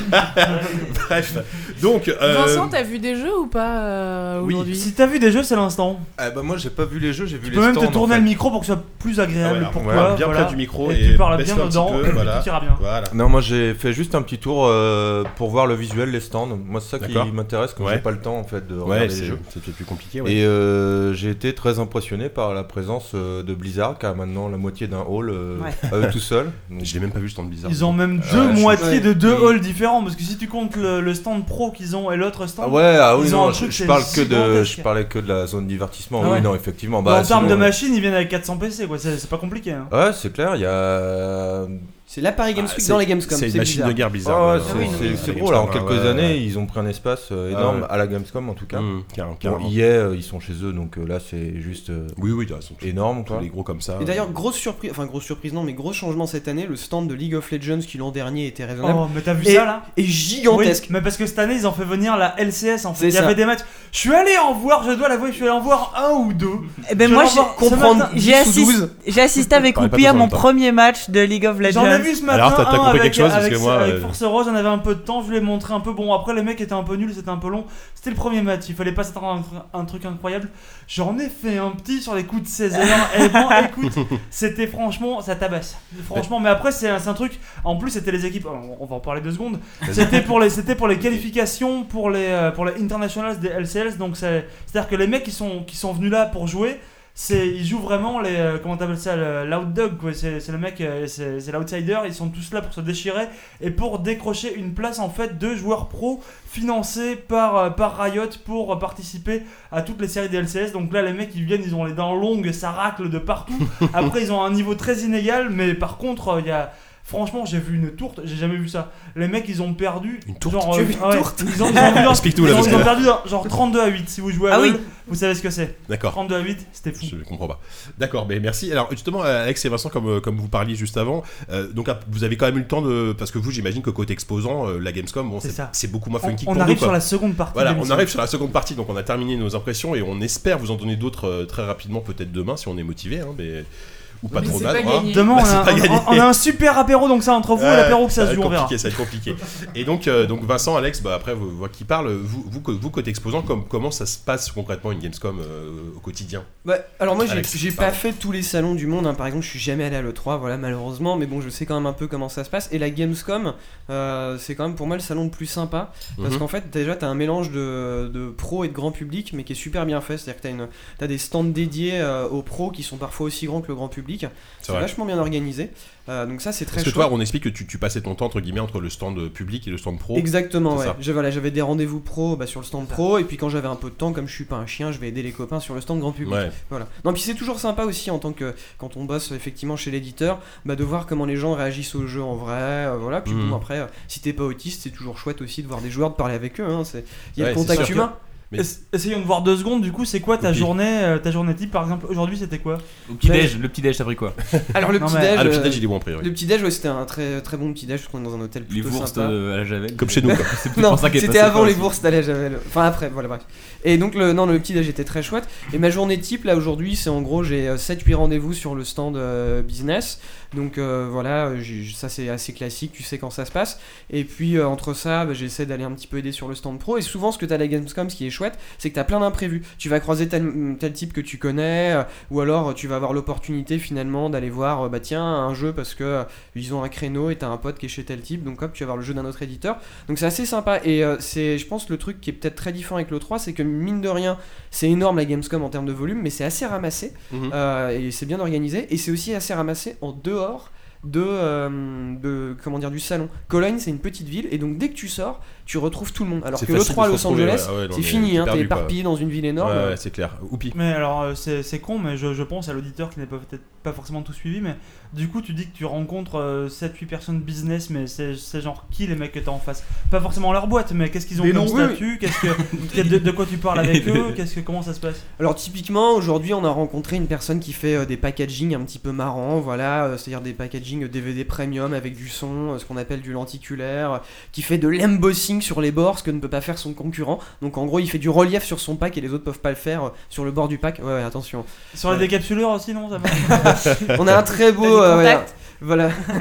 S2: Bref, donc. euh,
S7: Vincent, t'as vu des jeux ou pas euh,
S2: oui.
S7: aujourd'hui
S3: Si t'as vu des jeux, c'est l'instant.
S10: Ah bah moi j'ai pas vu les jeux, j'ai vu
S3: Tu
S10: les
S3: peux même
S10: stands,
S3: te
S10: en
S3: tourner
S10: fait.
S3: le micro pour que ce soit plus
S2: ah,
S3: agréable
S2: voilà,
S3: pour
S2: on
S3: toi.
S2: va bien
S3: voilà.
S2: près du micro
S3: Et
S2: et,
S3: tu parles bien
S2: baisse-toi un petit
S3: dedans,
S2: peu,
S3: et
S2: voilà.
S3: tout ira bien.
S2: Voilà.
S10: Non, moi j'ai fait juste un petit tour euh, pour voir le visuel, les stands. Moi c'est ça qui
S2: D'accord.
S10: m'intéresse, quand
S2: Ouais.
S10: j'ai pas le temps en fait de regarder
S2: Ouais,
S10: les
S2: c'est
S10: jeux.
S2: c'est peut-être plus compliqué. ouais.
S10: Et euh, j'ai été très impressionné par la présence euh, de Blizzard qui a maintenant la moitié d'un hall euh,
S6: Ouais.
S10: à eux tout *laughs* seul. Donc,
S2: Je l'ai même pas vu ce temps de bizarre.
S3: Ils ont même
S10: Euh,
S3: deux
S10: je suis-
S3: moitiés de deux
S10: Ouais.
S3: halls différents parce que si tu comptes le, le stand pro qu'ils ont et l'autre stand,
S10: Ah ouais, ah oui,
S3: Ils ont
S10: non,
S3: un
S10: je,
S3: truc,
S10: je
S3: c'est
S10: parle que de,
S3: gigantesque.
S10: je parlais que de la zone divertissement.
S3: Ah ouais.
S10: Oui, non, effectivement.
S3: bah,
S10: Bah,
S3: en termes de
S10: sinon,
S3: machines, ils viennent avec 400 PC quoi. C'est c'est pas compliqué. hein.
S10: Ouais, c'est clair, il y a.
S8: c'est la Paris Games
S2: Ah,
S8: Week
S2: c'est-
S8: dans les Gamescom,
S2: C'est
S8: c'est
S2: une machine
S8: bizarre.
S2: de guerre
S10: Ah ouais,
S2: bizarre.
S10: c'est-
S6: oui,
S10: c'est-
S6: oui,
S10: c'est gros là. En quelques années, ils ont pris un espace euh,
S2: Ah
S10: énorme
S2: ouais. Mm,
S10: à la Gamescom en tout cas. Bon,
S2: Bon, il-
S10: EA, euh, ils sont chez eux, donc euh, là c'est juste euh,
S2: Oui, oui, de toute façon, tous-
S10: énorme
S2: tous
S10: quoi.
S2: les gros comme ça.
S8: Et d'ailleurs,
S2: euh,
S8: grosse surprise, enfin grosse surprise non, mais gros changement cette année, le stand de League of Legends qui l'an dernier était raisonnable
S3: Oh, mais t'as vu
S8: Et-
S3: ça là
S8: est gigantesque.
S3: Oui, mais parce que cette année, ils ont fait venir la LCS en fait.
S8: C'est
S3: Il y
S8: ça.
S3: avait des matchs. Je suis allé en voir, je dois l'avouer, je suis allé en voir un ou deux.
S6: Eh ben
S3: Je
S6: moi,
S3: vais
S6: j'ai
S3: voir ce
S8: comprendre.
S3: matin.
S6: j'ai
S8: sous
S6: assisté,
S8: 12.
S6: j'ai assisté avec
S2: Parlez pas
S6: Roupi à
S2: tous en
S6: mon
S2: même temps.
S6: premier match de League of Legends.
S3: J'en ai vu ce matin.
S2: Alors, t'as- t'as
S3: un
S2: compris
S3: avec-
S2: quelque chose, parce
S3: avec,
S2: que moi,
S3: avec
S2: euh,
S3: Force Rose, on avait un peu de temps. Je voulais montrer un peu. Bon, après, les mecs étaient un peu nuls, c'était un peu long. C'était le premier match. Il fallait pas s'attendre à un tr- un, truc incroyable. J'en ai fait un petit sur les coups de 16 heures.
S2: *laughs*
S3: Et bon, écoute, c'était franchement, ça tabasse. Franchement, mais après, c'est un, c'est un truc. En plus, c'était les équipes. On, on va en parler deux secondes. C'était pour les, c'était pour les qualifications, pour les, euh, pour les internationals des LCS. Donc, c'est, c'est-à-dire que les mecs qui sont, qui sont venus là pour jouer. C'est, ils jouent vraiment les euh, comment t'appelles ça le- l'out dog quoi c'est, c'est le mec euh, c'est, c'est l'outsider ils sont tous là pour se déchirer et pour décrocher une place en fait de joueurs pro financés par, euh, par Riot pour euh, participer à toutes les séries des LCS. Donc là, les mecs ils viennent, ils *laughs* ont les dents longues, ça racle de partout. Après, ils ont un niveau très inégal, mais par contre, euh, il y a. Franchement, j'ai vu une tourte, j'ai jamais vu ça. Les mecs, ils ont perdu. Une
S2: tourte
S3: genre,
S2: Tu as
S3: euh,
S2: vu une
S3: ouais,
S2: tourte
S3: Ils ont, ils ont- ils
S2: *laughs*
S3: ont-
S2: Explique-nous, là,
S3: ils ont-
S2: parce
S3: ils ont
S2: que-
S3: perdu genre, genre 32 à 8. Si vous jouez à
S6: Ah oui.
S3: LoL, vous savez ce que c'est.
S2: D'accord.
S3: 32 à 8, c'était fou.
S2: Je ne comprends pas. D'accord, mais merci. Alors justement, euh, Alex et Vincent, comme, euh, comme vous parliez juste avant, euh, donc ah, vous avez quand même eu le temps de... Parce que vous, j'imagine que côté exposant, euh, la Gamescom, bon,
S3: C'est
S2: c'est
S3: ça.
S2: c'est beaucoup moins
S3: On-
S2: funky que
S3: on
S2: pour
S3: arrive
S2: nous, quoi.
S3: sur la seconde partie de
S2: Voilà, on
S3: l'émission.
S2: arrive sur la seconde partie, donc on a terminé nos impressions et on espère vous en donner d'autres euh, très rapidement, peut-être demain, si on est motivé, hein, mais... Ou pas
S7: Mais
S2: trop
S7: c'est
S2: mal.
S7: pas
S2: voilà.
S7: gagné.
S3: Demain,
S2: Bah,
S3: on
S2: *laughs* c'est
S3: a,
S2: pas
S3: on-
S2: gagné.
S3: on a un super apéro, donc ça entre vous et
S2: Ouais,
S3: l'apéro que ça se
S2: va
S3: joue,
S2: être
S3: on verra.
S2: compliqué, Ça va être compliqué. Et donc, euh, donc Vincent, Alex, bah, après, vous, vous qui parle, vous, vous, co- vous, côté exposant, comme, comment ça se passe concrètement une Gamescom euh, au quotidien
S8: Bah, alors moi j'ai
S2: Alex,
S8: j'ai pas
S2: pardon.
S8: fait tous les salons du monde, hein. par exemple je suis jamais allé à l'E3, voilà malheureusement, mais bon je sais quand même un peu comment ça se passe. Et la Gamescom, euh, c'est quand même pour moi le salon le plus sympa, parce
S2: Mhm.
S8: qu'en fait déjà t'as un mélange de, de pro et de grand public, mais qui est super bien fait, c'est-à-dire que t'as une- t'as des stands dédiés euh, aux pros qui sont parfois aussi grands que le grand public, c'est
S2: vrai.
S8: vachement bien organisé, Euh, donc ça c'est très
S2: Parce que
S8: chouette.
S2: toi, on explique que tu, tu passais ton temps entre guillemets entre le stand public et le stand pro.
S8: Exactement,
S2: C'est
S8: ouais.
S2: ça.
S8: Je- voilà, J'avais des rendez-vous pro bah, sur le stand pro, et puis quand j'avais un peu de temps, comme je suis pas un chien, je vais aider les copains sur le stand grand public.
S2: Ouais.
S8: Voilà. Non, puis c'est toujours sympa aussi en tant que quand on bosse effectivement chez l'éditeur, bah, de voir comment les gens réagissent au jeu en vrai. euh, voilà. Puis
S2: Mhm.
S8: bon, après, euh, si t'es pas autiste, c'est toujours chouette aussi de voir des joueurs, de parler avec eux. hein, c'est- Il y a
S2: Ouais,
S8: le
S2: c'est
S8: contact
S2: sûr.
S8: humain.
S2: Mais-
S3: Es- Essayons de voir deux secondes, du coup, c'est quoi ta
S2: Oui.
S3: journée, euh, ta journée type par exemple Aujourd'hui, c'était quoi
S5: Le petit-déj, le petit-déj, t'as pris quoi
S8: *laughs* Alors le
S3: Non,
S8: petit
S3: mais-
S8: déj,
S2: Ah, le petit déj, il est bon a priori.
S8: le petit déj, ouais, c'était un très très bon petit déj parce qu'on est dans un hôtel
S5: Les
S8: plutôt
S5: bourses
S8: sympa.
S5: de- à la Javel.
S2: Comme chez nous. Quoi.
S5: *laughs* C'est peut-être
S8: Non,
S5: pour ça qu'elle est
S8: c'était
S5: passée
S8: avant
S5: pas
S8: les
S5: aussi.
S8: bourses d'aller à Javel. Enfin après, voilà, bref. Et donc le, non, le petit déj était très chouette. Et ma journée type là aujourd'hui, c'est en gros j'ai 7-8 rendez-vous sur le stand euh, business. Donc euh, voilà, euh, j'ai- ça c'est assez classique, tu sais quand ça se passe. Et puis euh, entre ça, bah, j'essaie d'aller un petit peu aider sur le stand pro. Et souvent ce que t'as à la Gamescom, ce qui est chouette, c'est que t'as plein d'imprévus. Tu vas croiser tel, tel type que tu connais, euh, ou alors euh, tu vas avoir l'opportunité finalement d'aller voir, euh, bah tiens, un jeu parce que euh, ils ont un créneau et t'as un pote qui est chez tel type, donc hop, tu vas voir le jeu d'un autre éditeur. Donc c'est assez sympa et euh, c'est je pense le truc qui est peut-être très différent avec le 3 c'est que mine de rien c'est énorme la Gamescom en termes de volume mais c'est assez ramassé
S2: Mhm.
S8: euh, et c'est bien organisé et c'est aussi assez ramassé en dehors de, euh, de- comment dire du salon. Cologne c'est une petite ville et donc dès que tu sors tu retrouves tout le monde alors
S2: C'est
S8: que
S2: facile
S8: l'E3 à
S2: de
S8: Los
S2: se retrouver,
S8: Angeles
S2: ouais, ouais, non,
S8: c'est
S2: mais t'es
S8: fini hein, t'es
S2: perdu, quoi.
S8: éparpillé dans une ville énorme. euh.
S2: Ouais, ouais, c'est clair. Oupi.
S3: Mais alors, euh, c'est c'est con, mais je, je pense à l'auditeur qui n'est pas- peut-être pas forcément tout suivi, mais du coup, tu dis que tu rencontres 7-8 personnes business, mais c'est c'est genre qui les mecs que t'as en face Pas forcément leur boîte, mais qu'est-ce qu'ils ont
S8: Des
S3: comme
S8: nombreux.
S3: statut
S8: *laughs*
S3: Qu'est-ce que *laughs* qu'est- de, de quoi tu parles avec eux Qu'est-ce que comment ça se passe
S8: Alors typiquement aujourd'hui on a rencontré une personne qui fait euh, des packaging un petit peu marrants, voilà, euh, c'est-à-dire des packaging DVD premium avec du son, euh, ce qu'on appelle du lenticulaire, euh, qui fait de l'embossing sur les bords, ce que ne peut pas faire son concurrent. Donc en gros il fait du relief sur son pack et les autres peuvent pas le faire euh, sur le bord du pack. Ouais, ouais, attention.
S3: Sur les
S8: Ouais.
S3: décapsuleurs aussi, non ça
S8: *laughs*
S3: va *laughs*
S8: On a un très beau...
S6: T'as des
S8: euh, voilà.
S6: contacts
S8: *laughs* voilà.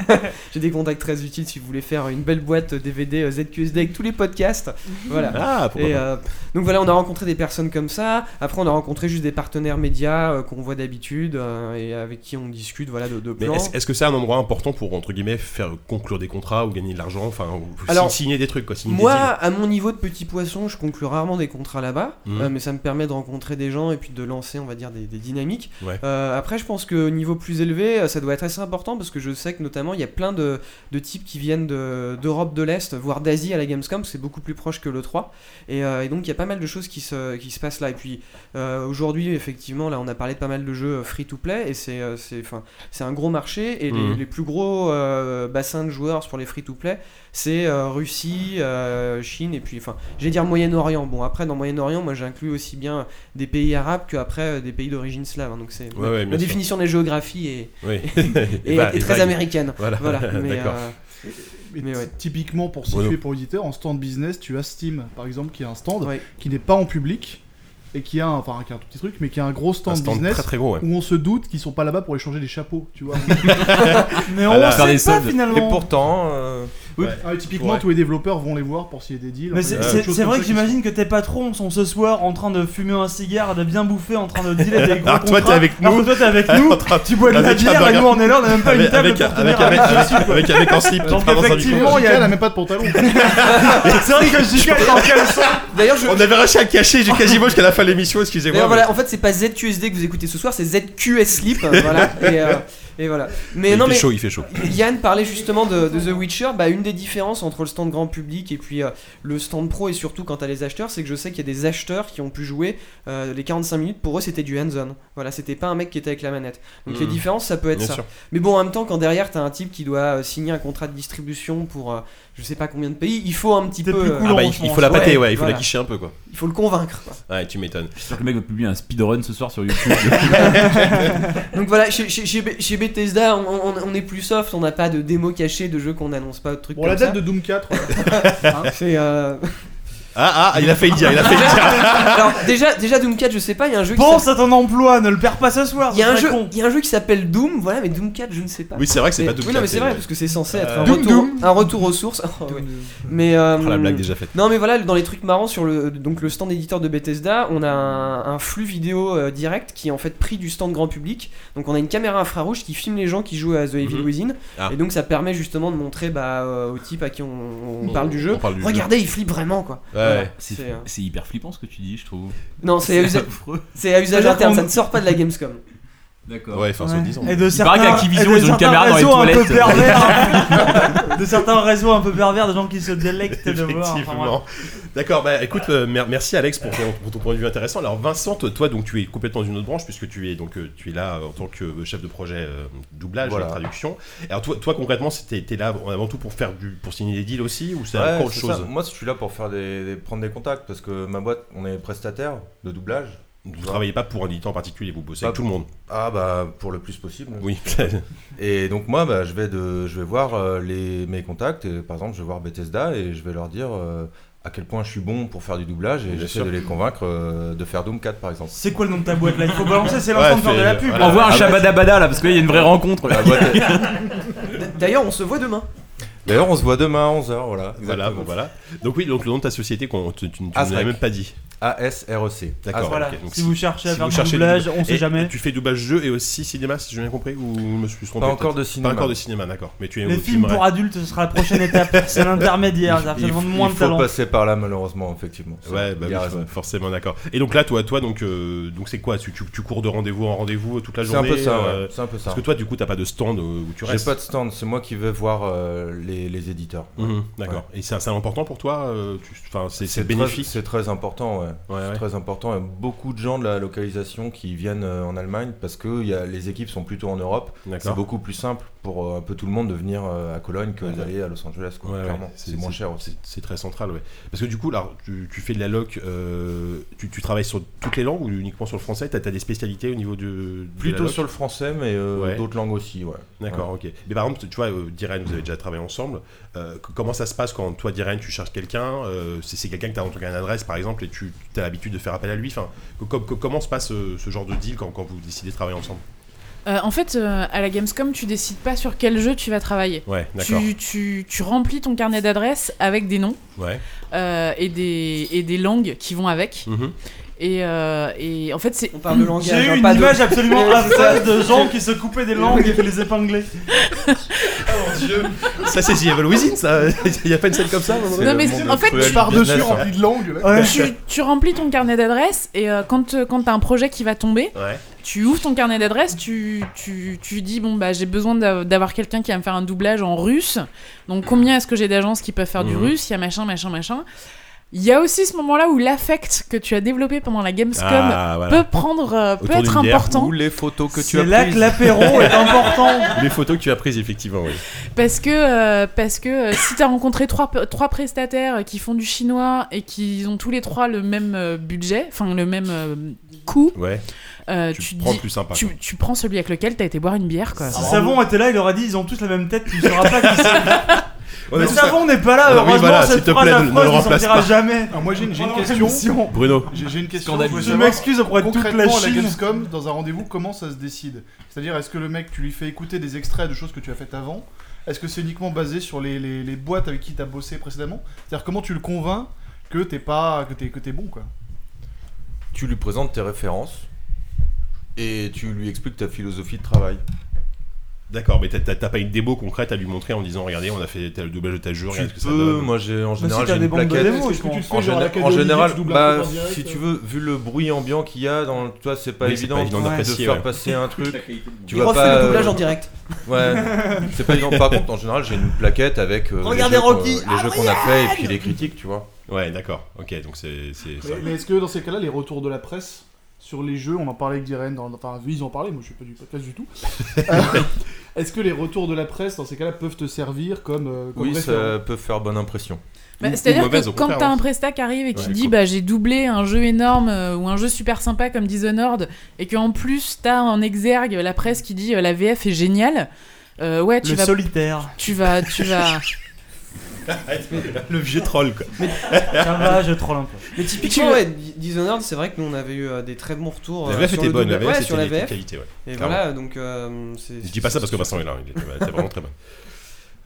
S8: J'ai des contacts très utiles si vous voulez faire une belle boîte DVD euh, ZQSD avec tous les
S2: *laughs*
S8: podcasts. Voilà.
S2: Ah, pourquoi
S8: Et,
S2: pas.
S8: euh, donc voilà, on a rencontré des personnes comme ça. Après, on a rencontré juste des partenaires médias euh, qu'on voit d'habitude euh, et avec qui on discute voilà, de, de
S2: Mais
S8: plans.
S2: est-ce est-ce que c'est un endroit important pour entre guillemets faire conclure des contrats ou gagner de l'argent, enfin ou
S8: Alors,
S2: signer des trucs quoi, signer
S8: Moi,
S2: des deals.
S8: à mon niveau de petit poisson, je conclue rarement des contrats là-bas,
S2: Mhm.
S8: euh, mais ça me permet de rencontrer des gens et puis de lancer, on va dire, des, des dynamiques.
S2: Ouais.
S8: Euh, après, je pense qu'au niveau plus élevé, euh, ça doit être assez important parce que je sais que notamment, il y a plein de, de types qui viennent de- d'Europe de, l'Est, voire d'Asie à la Gamescom, c'est beaucoup plus proche que l'E3. Et, euh, et donc, il y a pas mal de choses qui se, qui se passent là. Et puis, euh, aujourd'hui, effectivement, là, on a parlé de pas mal de jeux euh, free-to-play et c'est euh, c'est- 'fin, c'est un gros marché et les-
S2: Mhm.
S8: les, plus gros euh, bassins de joueurs sur les free-to-play, c'est euh, Russie, euh, Chine et puis enfin, j'allais dire Moyen-Orient. Bon, après dans Moyen-Orient, moi j'inclus aussi bien des pays arabes que après euh, des pays d'origine slave. hein, donc c'est
S2: Ouais, ouais, bien
S8: la
S2: sûr.
S8: définition des géographies est,
S2: Oui.
S8: est-
S2: Et *laughs*
S8: *laughs*
S2: bah,
S8: est
S2: et
S8: très
S2: vague.
S8: américaine.
S2: Voilà.
S8: Voilà.
S2: *laughs*
S8: mais,
S2: D'accord.
S8: euh,
S4: Mais
S8: Mais
S4: t-
S8: ouais.
S4: typiquement pour situer
S2: Bruno.
S4: pour éditeur, en stand business, tu as Steam par exemple qui est un stand
S8: Ouais.
S4: qui n'est pas en public et qui a un, enfin qui a un tout petit truc mais qui a un gros stand,
S2: un stand
S4: business
S2: très très gros. Ouais.
S4: où on se doute qu'ils sont pas là-bas pour échanger des chapeaux, tu
S3: *laughs*
S4: vois. *laughs*
S3: Mais on
S10: Voilà.
S3: sait
S10: Faire
S3: pas
S10: des soldes.
S3: finalement.
S10: Et pourtant, euh,
S4: Oui,
S2: Ouais.
S4: ah, typiquement
S2: Ouais.
S4: tous les développeurs vont les voir pour s'il y a des deals.
S3: Mais
S4: enfin,
S3: c'est
S4: des
S3: c'est-
S4: choses
S3: c'est
S4: comme
S3: vrai
S4: ça
S3: que
S4: qui sont-
S3: j'imagine que tes patrons sont ce soir en train de fumer un cigare, de bien bouffer, en train de dealer
S2: *laughs*
S3: des gros
S2: Alors, toi, t'es
S3: contrats,
S2: avec
S3: alors que
S2: nous.
S3: toi
S2: *laughs*
S3: t'es avec nous, tu bois de la
S2: Avec un
S3: bière et
S2: burger.
S3: nous on est là, on a même pas une
S2: Avec,
S3: table
S2: avec,
S3: pour tenir
S2: avec,
S3: un
S2: avec,
S3: mec
S2: avec,
S3: dessus, quoi.
S2: avec- avec en slip,
S3: Donc,
S2: pas dans un
S3: effectivement,
S2: micro.
S3: il y a-
S4: Jika, elle a même pas de
S8: *laughs*
S4: pantalon.
S2: *laughs*
S3: C'est
S4: *laughs*
S3: vrai que Jika est en caleçon.
S8: D'ailleurs, je-
S2: On avait réussi à le cacher
S8: *laughs*
S2: j'ai quasiment jusqu'à la fin de l'émission,
S8: D'ailleurs,
S2: excusez-moi. *laughs*
S8: voilà, en fait, c'est pas ZQSD que vous écoutez ce soir, c'est ZQS Sleep. voilà. Et, euh, Et voilà. Mais
S2: Il
S8: non,
S2: fait
S8: mais
S2: chaud, il fait chaud.
S8: Yann parlait justement de, de The Witcher. Bah, une des différences entre le stand grand public et puis euh, le stand pro, et surtout quand t'as les acheteurs, c'est que je sais qu'il y a des acheteurs qui ont pu jouer euh, les 45 minutes. Pour eux, c'était du hands-on. Voilà, c'était pas un mec qui était avec la manette. Donc les
S2: Mhm.
S8: différences, ça peut être
S2: Bien
S8: ça.
S2: sûr.
S8: Mais bon, en même temps, quand derrière t'as un type qui doit euh, signer un contrat de distribution pour euh, je sais pas combien de pays, il faut un petit
S3: C'est
S8: peu.
S3: plus
S8: euh,
S3: cool,
S2: Ah bah,
S3: en
S2: il,
S3: ce
S2: il
S3: moment,
S2: faut la
S8: ouais,
S2: pâter, ouais, il faut
S8: voilà.
S2: la guicher un peu, quoi.
S8: Il faut le convainque. quoi.
S2: Ouais, tu m'étonnes.
S5: Je suis sûr que le mec va publier un speedrun ce soir sur YouTube.
S8: Donc voilà, chez, chez- chez Be- chez Bethesda, on, on- on est plus soft, on n'a pas de démo cachée, de jeux qu'on annonce pas, de trucs
S4: Bon,
S8: comme
S4: la date
S8: ça.
S4: de
S8: *laughs*
S4: Doom 4.
S8: Hein, c'est, euh,
S2: Ah, ah, il a failli dire, il a failli dire.
S8: Alors *laughs* déjà, déjà Doom 4, je sais pas, il y a un jeu qui
S3: Pense à ton emploi, ne le perds pas ce soir.
S8: s'appelle- il y, a
S3: ce
S8: un
S3: serait
S8: jeu,
S3: con.
S8: il y a un jeu qui s'appelle Doom, voilà, mais Doom 4, je ne sais pas.
S2: Oui, c'est vrai que c'est
S8: Mais-
S2: pas tout
S8: oui, non, mais c'est vrai, parce que c'est censé être un,
S2: Euh, Doom,
S8: retour, un
S2: Ah
S8: retour aux sources. Oh, ouais. *laughs* Mais, euh,
S2: la blague déjà faite.
S8: Non mais voilà, dans les trucs marrants sur le, donc le stand éditeur de Bethesda, on a un, un flux vidéo euh, direct qui est en fait pris du stand grand public. Donc on a une caméra infrarouge qui filme les gens qui jouent à The Evil
S2: Mhm.
S8: Within.
S2: Ah.
S8: Et donc ça permet justement de montrer bah, euh, aux types à qui on, *laughs* on
S2: On-
S8: parle du jeu.
S2: on parle du jeu.
S8: Regardez, ils flippent vraiment quoi.
S2: Ouais, ouais.
S5: C'est
S8: C'est, euh,
S5: c'est hyper flippant ce que tu dis, je trouve.
S8: Non, c'est
S5: *laughs*
S8: à, usa-
S5: affreux.
S8: c'est à usage
S3: C'est-à-dire
S8: interne,
S3: qu'on-
S8: ça ne sort pas de la Gamescom.
S5: D'accord.
S2: Ouais, enfin,
S3: Ouais.
S2: soit disant.
S3: Et de
S5: paraît
S3: certains,
S5: qu'Activision,
S3: et de
S5: ils ont une
S3: certains
S5: caméra dans les
S3: réseaux un peu hein.
S5: toilettes. *laughs*
S3: pervers. *laughs* de certains réseaux un peu pervers, de gens qui se délectent de voir. enfin, voilà.
S2: Effectivement. D'accord, bah écoute, euh, mer- merci Alex pour ton, pour ton point de vue intéressant. Alors Vincent, toi, toi, donc tu es complètement dans une autre branche puisque tu es donc euh, tu es là euh, en tant que euh, chef de projet euh, doublage,
S10: Voilà.
S2: traduction. Alors toi, toi concrètement, c'était t'es là avant tout pour faire du pour signer des deals aussi ou c'est
S10: Ouais,
S2: encore autre
S10: c'est
S2: chose
S10: ça. Moi, je suis là pour faire des, des- prendre des contacts parce que ma boîte, on est prestataire de doublage.
S2: Vous travaillez pas pour un éditeur en particulier, vous bossez
S10: Pas
S2: avec tout le monde.
S10: Ah bah pour le plus possible.
S2: Oui.
S10: *laughs* Et donc moi, bah, je vais de, je vais voir euh, les mes contacts. Et, par exemple, je vais voir Bethesda et je vais leur dire euh, à quel point je suis bon pour faire du doublage et
S2: Bien
S10: j'essaie
S2: sûr.
S10: de les convaincre euh, de faire Doom 4 par exemple.
S3: C'est quoi le nom de ta boîte là Il faut balancer, c'est l'instant
S2: Ouais,
S3: de faire de la
S2: fais-
S3: pub.
S2: voilà.
S5: Envoie un
S2: Ah, bah,
S5: shabadabada là, parce qu'il y a une vraie rencontre là.
S2: *laughs*
S10: La boîte est-
S5: *laughs*
S8: D'ailleurs, on se voit demain.
S10: D'ailleurs, on se voit demain à 11h, voilà.
S2: Voilà, bon,
S10: Exactement.
S2: voilà. Donc oui, donc le nom de ta société, qu'on- tu, tu, tu nous l'as
S10: Asrec.
S2: même pas dit.
S10: ASREC.
S2: D'accord.
S3: Voilà.
S2: ok. Donc,
S3: si vous cherchez à
S2: si
S3: faire
S2: vous
S3: du
S2: cherchez du
S3: doublage,
S2: doublage-
S3: on sait
S2: Et
S3: jamais.
S2: Tu fais doublage jeu et aussi cinéma, si j'ai bien compris, ou je me suis trompé
S10: Pas encore
S2: peut-être
S10: de cinéma.
S2: Pas encore de cinéma, d'accord. Mais tu es
S3: Les
S2: tu
S3: films
S2: aimerais-
S3: pour adultes, ce sera la prochaine
S10: *laughs*
S2: *laughs*
S3: étape. C'est l'intermédiaire, ça
S10: il,
S3: demande moins
S10: il
S3: de
S10: faut
S3: talent.
S10: passer par là malheureusement effectivement.
S2: Ouais, bah
S10: Il
S2: oui,
S10: a raison.
S2: ouais, forcément, d'accord. Et donc là, toi, toi, donc, euh, donc c'est quoi tu, tu, tu cours de rendez-vous en rendez-vous euh, toute la
S10: C'est un
S2: journée
S10: peu ça. ouais.
S2: euh,
S10: C'est un peu ça.
S2: Parce que toi, du coup, t'as pas de stand euh, où tu
S10: J'ai
S2: restes.
S10: pas de stand, c'est moi qui vais voir euh, les, les éditeurs.
S2: Mhm, d'accord. Et c'est c'est important pour toi euh, tu- Enfin, c'est c'est
S10: très-
S2: bénéfique.
S10: C'est très important, ouais.
S2: Ouais, ouais.
S10: C'est Très important. Et beaucoup de gens de la localisation qui viennent euh, en Allemagne parce que il y a, les équipes sont plutôt en Europe. C'est
S2: D'accord.
S10: beaucoup plus simple pour euh, un peu tout le monde de venir euh, à Cologne que
S2: Ouais.
S10: d'aller à Los Angeles, quoi.
S2: Ouais, ouais.
S10: clairement.
S2: C'est-
S10: C'est moins
S2: c'est-
S10: cher aussi.
S2: C'est- C'est très central, ouais. Parce que du coup, là, tu, tu fais de la loc, euh, tu, tu travailles sur toutes les langues ou uniquement sur le français T'as as des spécialités au niveau de. de la
S10: Plutôt
S2: loc
S10: sur le français, mais euh,
S2: Ouais.
S10: d'autres langues aussi, ouais.
S2: D'accord, ok. Mais par exemple, tu vois, euh, Diren, vous avez déjà travaillé ensemble. Euh, c- comment ça se passe quand toi, Diren, tu cherches quelqu'un euh, C'est c'est quelqu'un que tu as en tout cas une adresse, par exemple, et tu as l'habitude de faire appel à lui. Enfin, co- co- co- comment se passe euh, ce genre de deal quand, quand vous décidez de travailler ensemble
S7: Euh, en fait, euh, à la Gamescom, tu décides pas sur quel jeu tu vas travailler.
S2: Ouais, d'accord.
S7: Tu, tu, tu remplis ton carnet d'adresses avec des noms
S2: Ouais.
S7: euh, et, des, et des langues qui vont avec.
S2: Mhm.
S7: Et, euh, et en fait, c'est
S8: On parle de langage,
S3: J'ai
S8: hein,
S3: eu une
S8: pas de-
S3: image absolument
S8: Ouais, *laughs* c'est ça.
S3: affreuse de gens qui se coupaient des
S8: *laughs*
S3: langues et qui
S2: *laughs*
S3: les épinglaient.
S2: Ça, c'est The Evil Within, ça Il n'y a pas une scène comme ça à un moment
S10: C'est
S7: Non,
S10: le
S7: mais
S10: monde
S7: en fait,
S10: cruel
S7: tu
S10: du
S4: Par-dessus,
S10: business, hein.
S4: rempli de langue. là.
S3: Ouais.
S7: tu, tu remplis ton carnet d'adresses et euh, quand, euh, quand t'as un projet qui va tomber,
S2: Ouais,
S7: tu ouvres ton carnet d'adresses, tu, tu, tu dis bon bah j'ai besoin d'a- d'avoir quelqu'un qui va me faire un doublage en russe. Donc combien est-ce que j'ai d'agences qui peuvent faire du
S2: Mhm.
S7: russe Il y a machin, machin, machin. Il y a aussi ce moment-là où l'affect que tu as développé pendant la Gamescom
S2: Ah, voilà.
S7: peut prendre, euh, peut
S2: Autour
S7: être
S2: d'une bière
S7: important
S10: Ou les photos que tu as
S3: C'est là que
S10: prises.
S2: *laughs*
S3: l'apéro est important.
S2: Les photos que tu as prises, effectivement, oui.
S7: parce que euh, parce que euh, si t'as rencontré trois pe- trois prestataires qui font du chinois et qui ont tous les trois le même euh, budget, enfin le même euh, coût,
S2: Ouais,
S7: euh,
S2: tu,
S7: tu,
S2: prends
S7: dis-
S2: le plus sympa.
S7: tu, tu prends celui avec lequel t'as été boire une bière quoi.
S3: Si Savon était là, il aurait dit ils ont tous la même tête, tu ne sauras pas qui c'est.
S2: *laughs* On a
S3: Mais
S2: tous Ah
S3: Savon n'est pas là,
S2: Oui,
S3: heureusement,
S2: voilà, s'il
S3: cette
S2: te
S3: phrase
S2: plaît, ne- ne le
S3: affreuse ne
S2: remplace
S3: sortira
S2: pas.
S3: jamais.
S4: Alors, moi, j'ai une, j'ai une
S3: Pendant
S4: question.
S3: l'émission.
S2: ça. Bruno,
S4: J'ai j'ai une question.
S5: Scandaleux.
S4: voulais
S3: Je
S4: savoir-
S3: m'excuse auprès de toute la
S4: Concrètement, à la
S3: Chine.
S4: Gamescom, dans un rendez-vous, comment ça se décide C'est-à-dire, est-ce que le mec, tu lui fais écouter des extraits de choses que tu as faites avant Est-ce que c'est uniquement basé sur les, les- les boîtes avec qui tu as bossé précédemment C'est-à-dire, comment tu le convaincs que t'es pas que t'es que t'es bon quoi
S10: Tu lui présentes tes références et tu lui expliques ta philosophie de travail.
S2: D'accord, mais t'as- t'as t'as pas une démo concrète à lui montrer en disant regardez, on a fait tel doublage de tel jeu, regarde ce que ça
S10: peux,
S2: donne.
S10: moi j'ai en général j'ai une plaquette.
S4: je pense.
S10: En, géné- en général, bah,
S2: euh.
S10: si tu veux, vu le bruit ambiant qu'il y a, dans, le- tu vois, c'est pas
S2: Oui, c'est
S10: évident,
S2: pas évident
S10: de
S2: d'apprécier,
S10: faire
S2: ouais.
S10: passer un
S2: *laughs*
S10: truc. tu
S8: Il
S10: vas
S8: refait
S10: pas,
S8: le
S10: euh,
S8: doublage en direct. *laughs*
S10: Ouais, c'est pas évident. Par
S2: *laughs*
S10: contre, en général, j'ai une plaquette avec euh,
S8: Regardez
S10: les jeux qu'on-
S8: Rocky,
S10: les jeux qu'on a fait et puis les critiques, tu vois.
S2: Ouais, d'accord, ok, donc c'est. c'est- ça.
S4: Mais, mais est-ce que dans ces cas-là, les retours de la presse sur les jeux, on en parlait avec Diren, dans, enfin ils en parlaient, moi je suis pas du podcast du tout. Euh, est-ce que les retours de la presse dans ces cas-là peuvent te servir comme, euh, comme
S10: Oui,
S4: référent
S10: ça peut faire bonne impression.
S7: Bah,
S2: Ou- ou
S7: C'est-à-dire
S2: mauvaise,
S7: que
S2: au
S7: quand
S2: contraire,
S7: t'as
S2: hein.
S7: un presta qui arrive et qui
S2: Ouais,
S7: te dit
S2: cool.
S7: bah j'ai doublé un jeu énorme euh, ou un jeu super sympa comme Dishonored et que en plus t'as en exergue la presse qui dit euh, la VF est géniale, euh, ouais tu
S3: Le
S7: vas,
S3: solitaire.
S7: tu vas tu vas
S2: Le vieux troll, quoi.
S3: Tiens là, je troll un peu.
S8: Mais typiquement, ouais, Di- Dishonored, c'est vrai que nous on avait eu euh, des très bons retours.
S2: La
S8: euh,
S2: VF
S8: sur
S2: était
S8: le
S2: bonne, la
S8: doublage.
S2: VF
S8: Ouais, sur la
S2: était était
S8: VF.
S2: qualité, ouais.
S8: Et
S2: clairement.
S8: voilà, donc. euh, c'est-
S2: Je dis pas ça parce que Vincent est là, il était était vraiment très bon.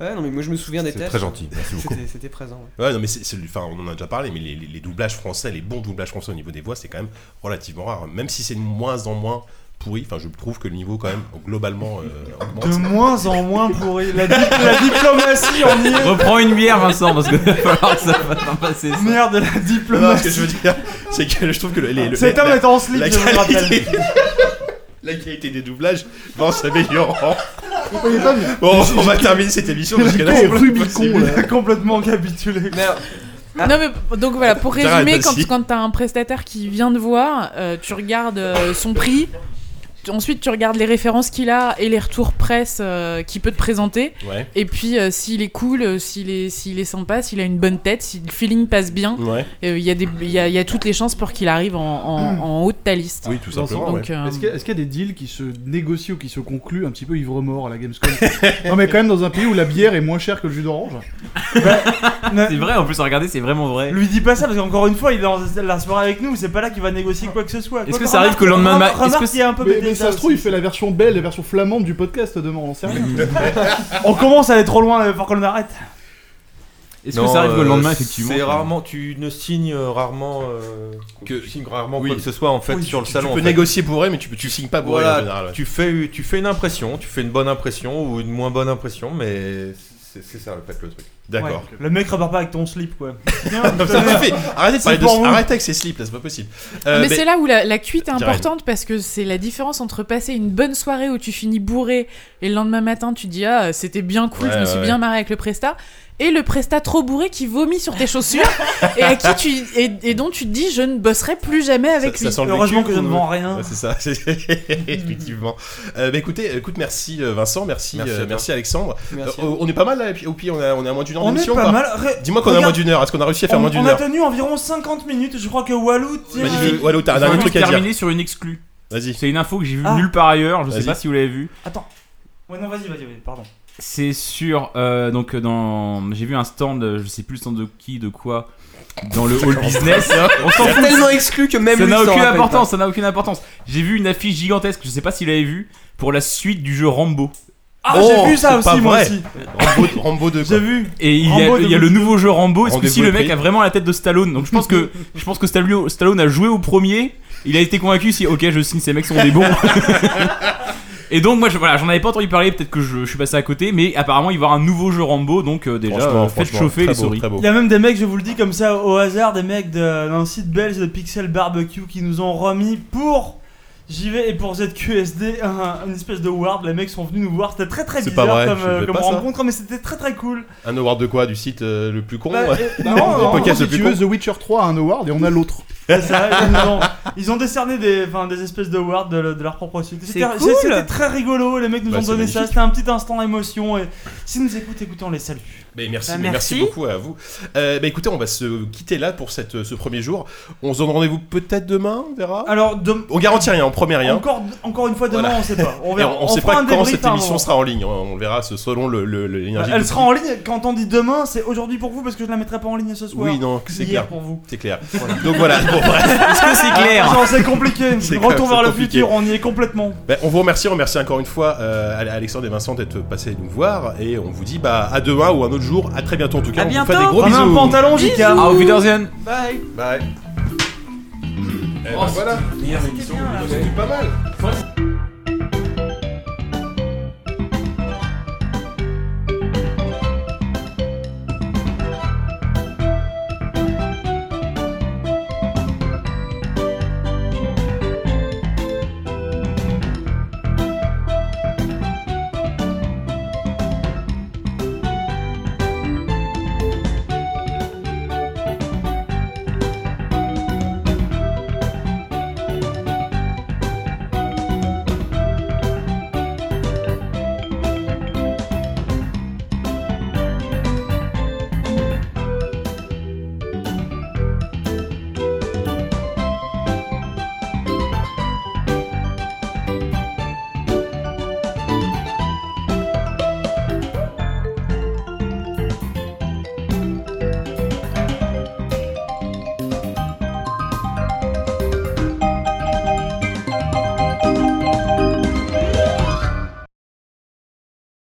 S8: Ouais, non, mais moi je me souviens des
S10: C'est
S8: tests.
S10: très gentil, merci beaucoup.
S8: C'était- C'était présent. ouais.
S2: Ouais, non, mais c'est, c'est- enfin, on en a déjà parlé, mais les, les- les doublages français, les bons doublages français au niveau des voix, c'est quand même relativement rare. Même si c'est de moins en moins pourri, enfin, je trouve que le niveau, quand même, globalement, euh, augmente.
S3: De moins en moins pourri. La, di- la diplomatie, on y est.
S5: *laughs* Reprends une bière, Vincent, parce que *laughs* va
S10: Ah,
S5: falloir que ça va t'en passer. ça.
S3: Merde, la
S2: Non, non, ce que
S3: diplomatie.
S2: je veux dire, c'est que je trouve que le, les- le-
S3: Cet
S2: la,
S3: homme est en slip,
S2: la
S3: je me rappelle.
S2: qualité, *laughs* la qualité des doublages va en s'améliorant.
S4: Vous voyez pas, mais-
S2: Bon, on va terminer cette émission parce que là, c'est
S4: Rubicon, Rubicon, là.
S3: Il a complètement capitulé.
S8: Mais alors,
S7: non mais donc voilà pour
S2: Ah. Sarah
S7: résumer quand
S2: Atassi.
S7: quand t'as un prestataire qui vient de voir euh, tu regardes euh, son prix tu- Ensuite, tu regardes les références qu'il a et les retours presse euh, qu'il peut te présenter.
S2: Ouais,
S7: Et puis, euh, s'il est cool, euh, s'il est, s'il est sympa, s'il a une bonne tête, si le feeling passe bien,
S2: ouais.
S7: euh, il y, a des- il y, a, il y a toutes les chances pour qu'il arrive en, en- en haut de ta liste.
S2: Oui, tout
S4: Vincent,
S2: simplement. ouais.
S7: Donc, euh,
S4: Est-ce qu'il y, a- est-ce qu'il y a des deals qui se négocient ou qui se concluent un petit peu ivre-mort à
S7: *laughs*
S4: la Gamescom Non, mais quand même dans un pays où la bière est moins chère que le jus d'orange.
S3: Ne-
S5: C'est vrai, en plus, regardez, c'est vraiment vrai.
S3: Lui dis pas ça parce qu'encore une fois, il est dans la soirée avec nous, c'est pas là qu'il va négocier quoi que ce soit.
S5: Est-ce
S3: Quoique,
S5: que ça arrive que le
S3: remarque-
S5: lendemain ma-
S3: remarque-
S5: est-ce que
S3: Remarque, il y a un peu
S4: Mais, mais
S3: BDSA
S4: ça se trouve, il
S3: aussi.
S4: fait la version belle, la version flamande du podcast demain, on en sait rien.
S3: *laughs* On commence à aller trop loin, il va falloir qu'on arrête.
S5: Est-ce que ça arrive que le lendemain, effectivement
S10: Euh, C'est
S5: tu-
S10: rarement, tu ne signes euh, rarement euh,
S2: Que-
S10: tu signes rarement
S2: Oui.
S10: quoi que ce soit en fait
S2: Oui,
S10: sur le
S2: tu-
S10: salon.
S2: Tu
S10: en
S2: peux
S10: fait.
S2: négocier pour elle, mais tu, peux- tu signes pas pour elle en général.
S10: Voilà,
S2: ouais.
S10: tu fais, tu fais une impression, tu fais une bonne impression ou une moins bonne impression, mais c'est c'est ça le fait le truc.
S2: D'accord.
S3: Ouais. Le mec repart pas avec ton slip
S2: *laughs*
S3: quoi. Tiens,
S2: Non, ça suffit. Arrêtez de
S3: C'est
S2: parler de
S3: pour vous.
S2: Arrêtez avec ces slips, là, c'est pas possible.
S3: Ah,
S2: Euh,
S7: mais
S2: mais-
S7: c'est là où la, la cuite est
S2: Dirais-je.
S7: importante parce que c'est la différence entre passer une bonne soirée où tu finis bourré et le lendemain matin tu dis ah c'était bien cool, je
S2: Ouais,
S7: me suis
S2: ouais,
S7: bien marré avec le presta et le presta trop bourré qui vomit sur tes
S2: *laughs*
S7: chaussures et à qui tu et, et dont tu te dis je ne bosserai plus jamais avec
S2: Ça-
S7: lui.
S2: ça sent le
S3: Heureusement
S2: vécu,
S3: que je ne
S2: ou-
S3: vends rien.
S2: Ouais, c'est ça, *laughs* c'est- effectivement. Euh, bah, écoutez, écoute, merci euh, Vincent, merci,
S10: Merci à
S2: euh,
S10: toi.
S2: merci Alexandre.
S8: merci.
S2: Euh, on est pas mal là, et puis- au pire, on est à- on est à moins d'une heure
S3: on est
S2: d'émission,
S3: pas
S2: quoi.
S3: mal. Ré-
S2: Dis-moi qu'on est à moins
S3: Regarde,
S2: d'une heure, est-ce qu'on a réussi à faire
S3: on,
S2: moins d'une
S3: on a
S2: heure
S3: tenu environ 50 minutes, je crois que Walou tient.
S2: Magnifique. Walou, t'as un dernier
S5: Faut
S2: truc à dire.
S5: terminer sur une exclue.
S2: Vas-y.
S5: C'est une info que j'ai vue
S3: Ah.
S5: nulle part ailleurs, je sais
S2: Vas-y.
S5: pas si vous l'avez vue.
S3: Ouais, non, vas-y, vas-y, vas-y, pardon.
S5: C'est sur euh, donc dans j'ai vu un stand, euh, je sais plus le stand de qui, de quoi, dans le
S8: *laughs*
S5: hall business. On s'en
S8: C'est
S5: fout.
S8: tellement exclu que même
S5: ça
S8: lui
S5: n'a
S8: s'en
S5: aucune
S8: rappelle pas.
S5: importance, ça n'a aucune importance. J'ai vu une affiche gigantesque, je sais pas si vous l'avez vue, pour la suite du jeu Rambo.
S3: Ah,
S2: Oh,
S3: j'ai vu ça
S2: c'est pas
S3: aussi, moi
S2: vrai.
S3: aussi.
S2: Rambo, Rambo 2, quoi.
S3: J'ai vu.
S5: Et il y a,
S3: Rambo
S5: il y a le
S3: de-
S5: nouveau jeu Rambo. Est-ce que
S2: Rendez-vous
S5: si le
S2: est
S5: mec
S2: pris.
S5: a vraiment la tête de Stallone Donc je pense que je pense que Stallone, Stallone a joué au premier. Il a été convaincu si ok je signe ces mecs sont des bons. *laughs* Et donc moi je, voilà j'en avais pas entendu parler. Peut-être que je, je suis passé à côté. Mais apparemment il va y avoir un nouveau jeu Rambo. Donc euh, déjà
S2: Franchement,
S5: euh, faites
S2: franchement,
S5: chauffer
S2: très
S5: les
S2: beau,
S5: souris.
S2: très beau.
S3: Il y a même des mecs, je vous le dis comme ça au hasard, des mecs de- d'un site belge de Pixel Barbecue qui nous ont remis pour JV et pour ZQSD un- une espèce de ward. Les mecs sont venus nous voir, c'était très très
S2: C'est
S3: bizarre
S2: pas vrai,
S3: comme,
S2: je
S3: euh,
S2: savais
S3: comme
S2: pas ça.
S3: rencontre, mais c'était très très cool. *laughs*
S2: Un award de quoi Du site euh, le plus con
S3: Bah,
S2: ouais. *laughs*
S3: et-
S4: Non,
S3: non, non,
S4: en
S2: podcast
S4: gros, si
S2: le plus
S4: tu
S2: con.
S4: veux, The Witcher 3 a un award et on a l'autre.
S3: c'est ça, ils, nous ont, ils ont décerné des, enfin, des espèces de awards de, le- de leur propre site. C'était
S6: C'est
S3: c'est-
S6: cool.
S3: c'était très rigolo, les mecs nous
S2: Bah,
S3: ont
S2: c'est
S3: donné ça,
S2: magnifique.
S3: c'était un petit instant d'émotion. Et si nous écoutent, écoutons, on les salue.
S2: Mais Ben, merci,
S6: Bah,
S2: mais merci.
S6: merci.
S2: beaucoup à vous. Euh, bah écoutez, on va se quitter là pour cette, ce premier jour. On se donne rendez-vous peut-être demain, on verra.
S3: Alors, de-
S2: On garantit rien, on promet rien.
S3: encore, encore une fois, demain,
S2: Voilà.
S3: on sait pas.
S2: *laughs*
S3: On
S2: Et
S3: verra.
S2: on, on
S3: On
S2: sait
S3: fera
S2: pas
S3: un
S2: quand
S3: débrief
S2: cette
S3: à un
S2: émission
S3: moment.
S2: sera en ligne. On, on le verra ce- selon le- le- le- l'énergie.
S3: Bah, Elle
S2: du
S3: sera en ligne. Quand on dit demain, c'est aujourd'hui pour vous parce que je la mettrai pas en ligne ce soir.
S2: Oui, non, c'est
S3: Hier
S2: clair.
S3: pour vous.
S2: C'est clair. Donc
S3: *laughs*
S2: voilà. *laughs* Bon, bref.
S5: C'est clair.
S3: Genre, c'est compliqué.
S2: C'est quand
S3: Retour
S2: même
S3: vers le
S2: compliqué.
S3: futur, on y est complètement.
S2: Ben, on vous remercie. On remercie encore une fois euh, Ale- Alexandre et Vincent d'être passés nous voir. Et on vous dit bah, à demain ou un autre jour. À très bientôt en tout cas.
S6: À
S2: on vous fait
S6: bientôt.
S2: des gros
S3: Remets un
S2: bisous.
S3: pantalon, Jika.
S5: Auf Wiedersehen.
S8: Bye.
S10: Bye.
S2: Eh ben, voilà.
S6: Oh, C'était bien, là.
S2: C'est pas mal.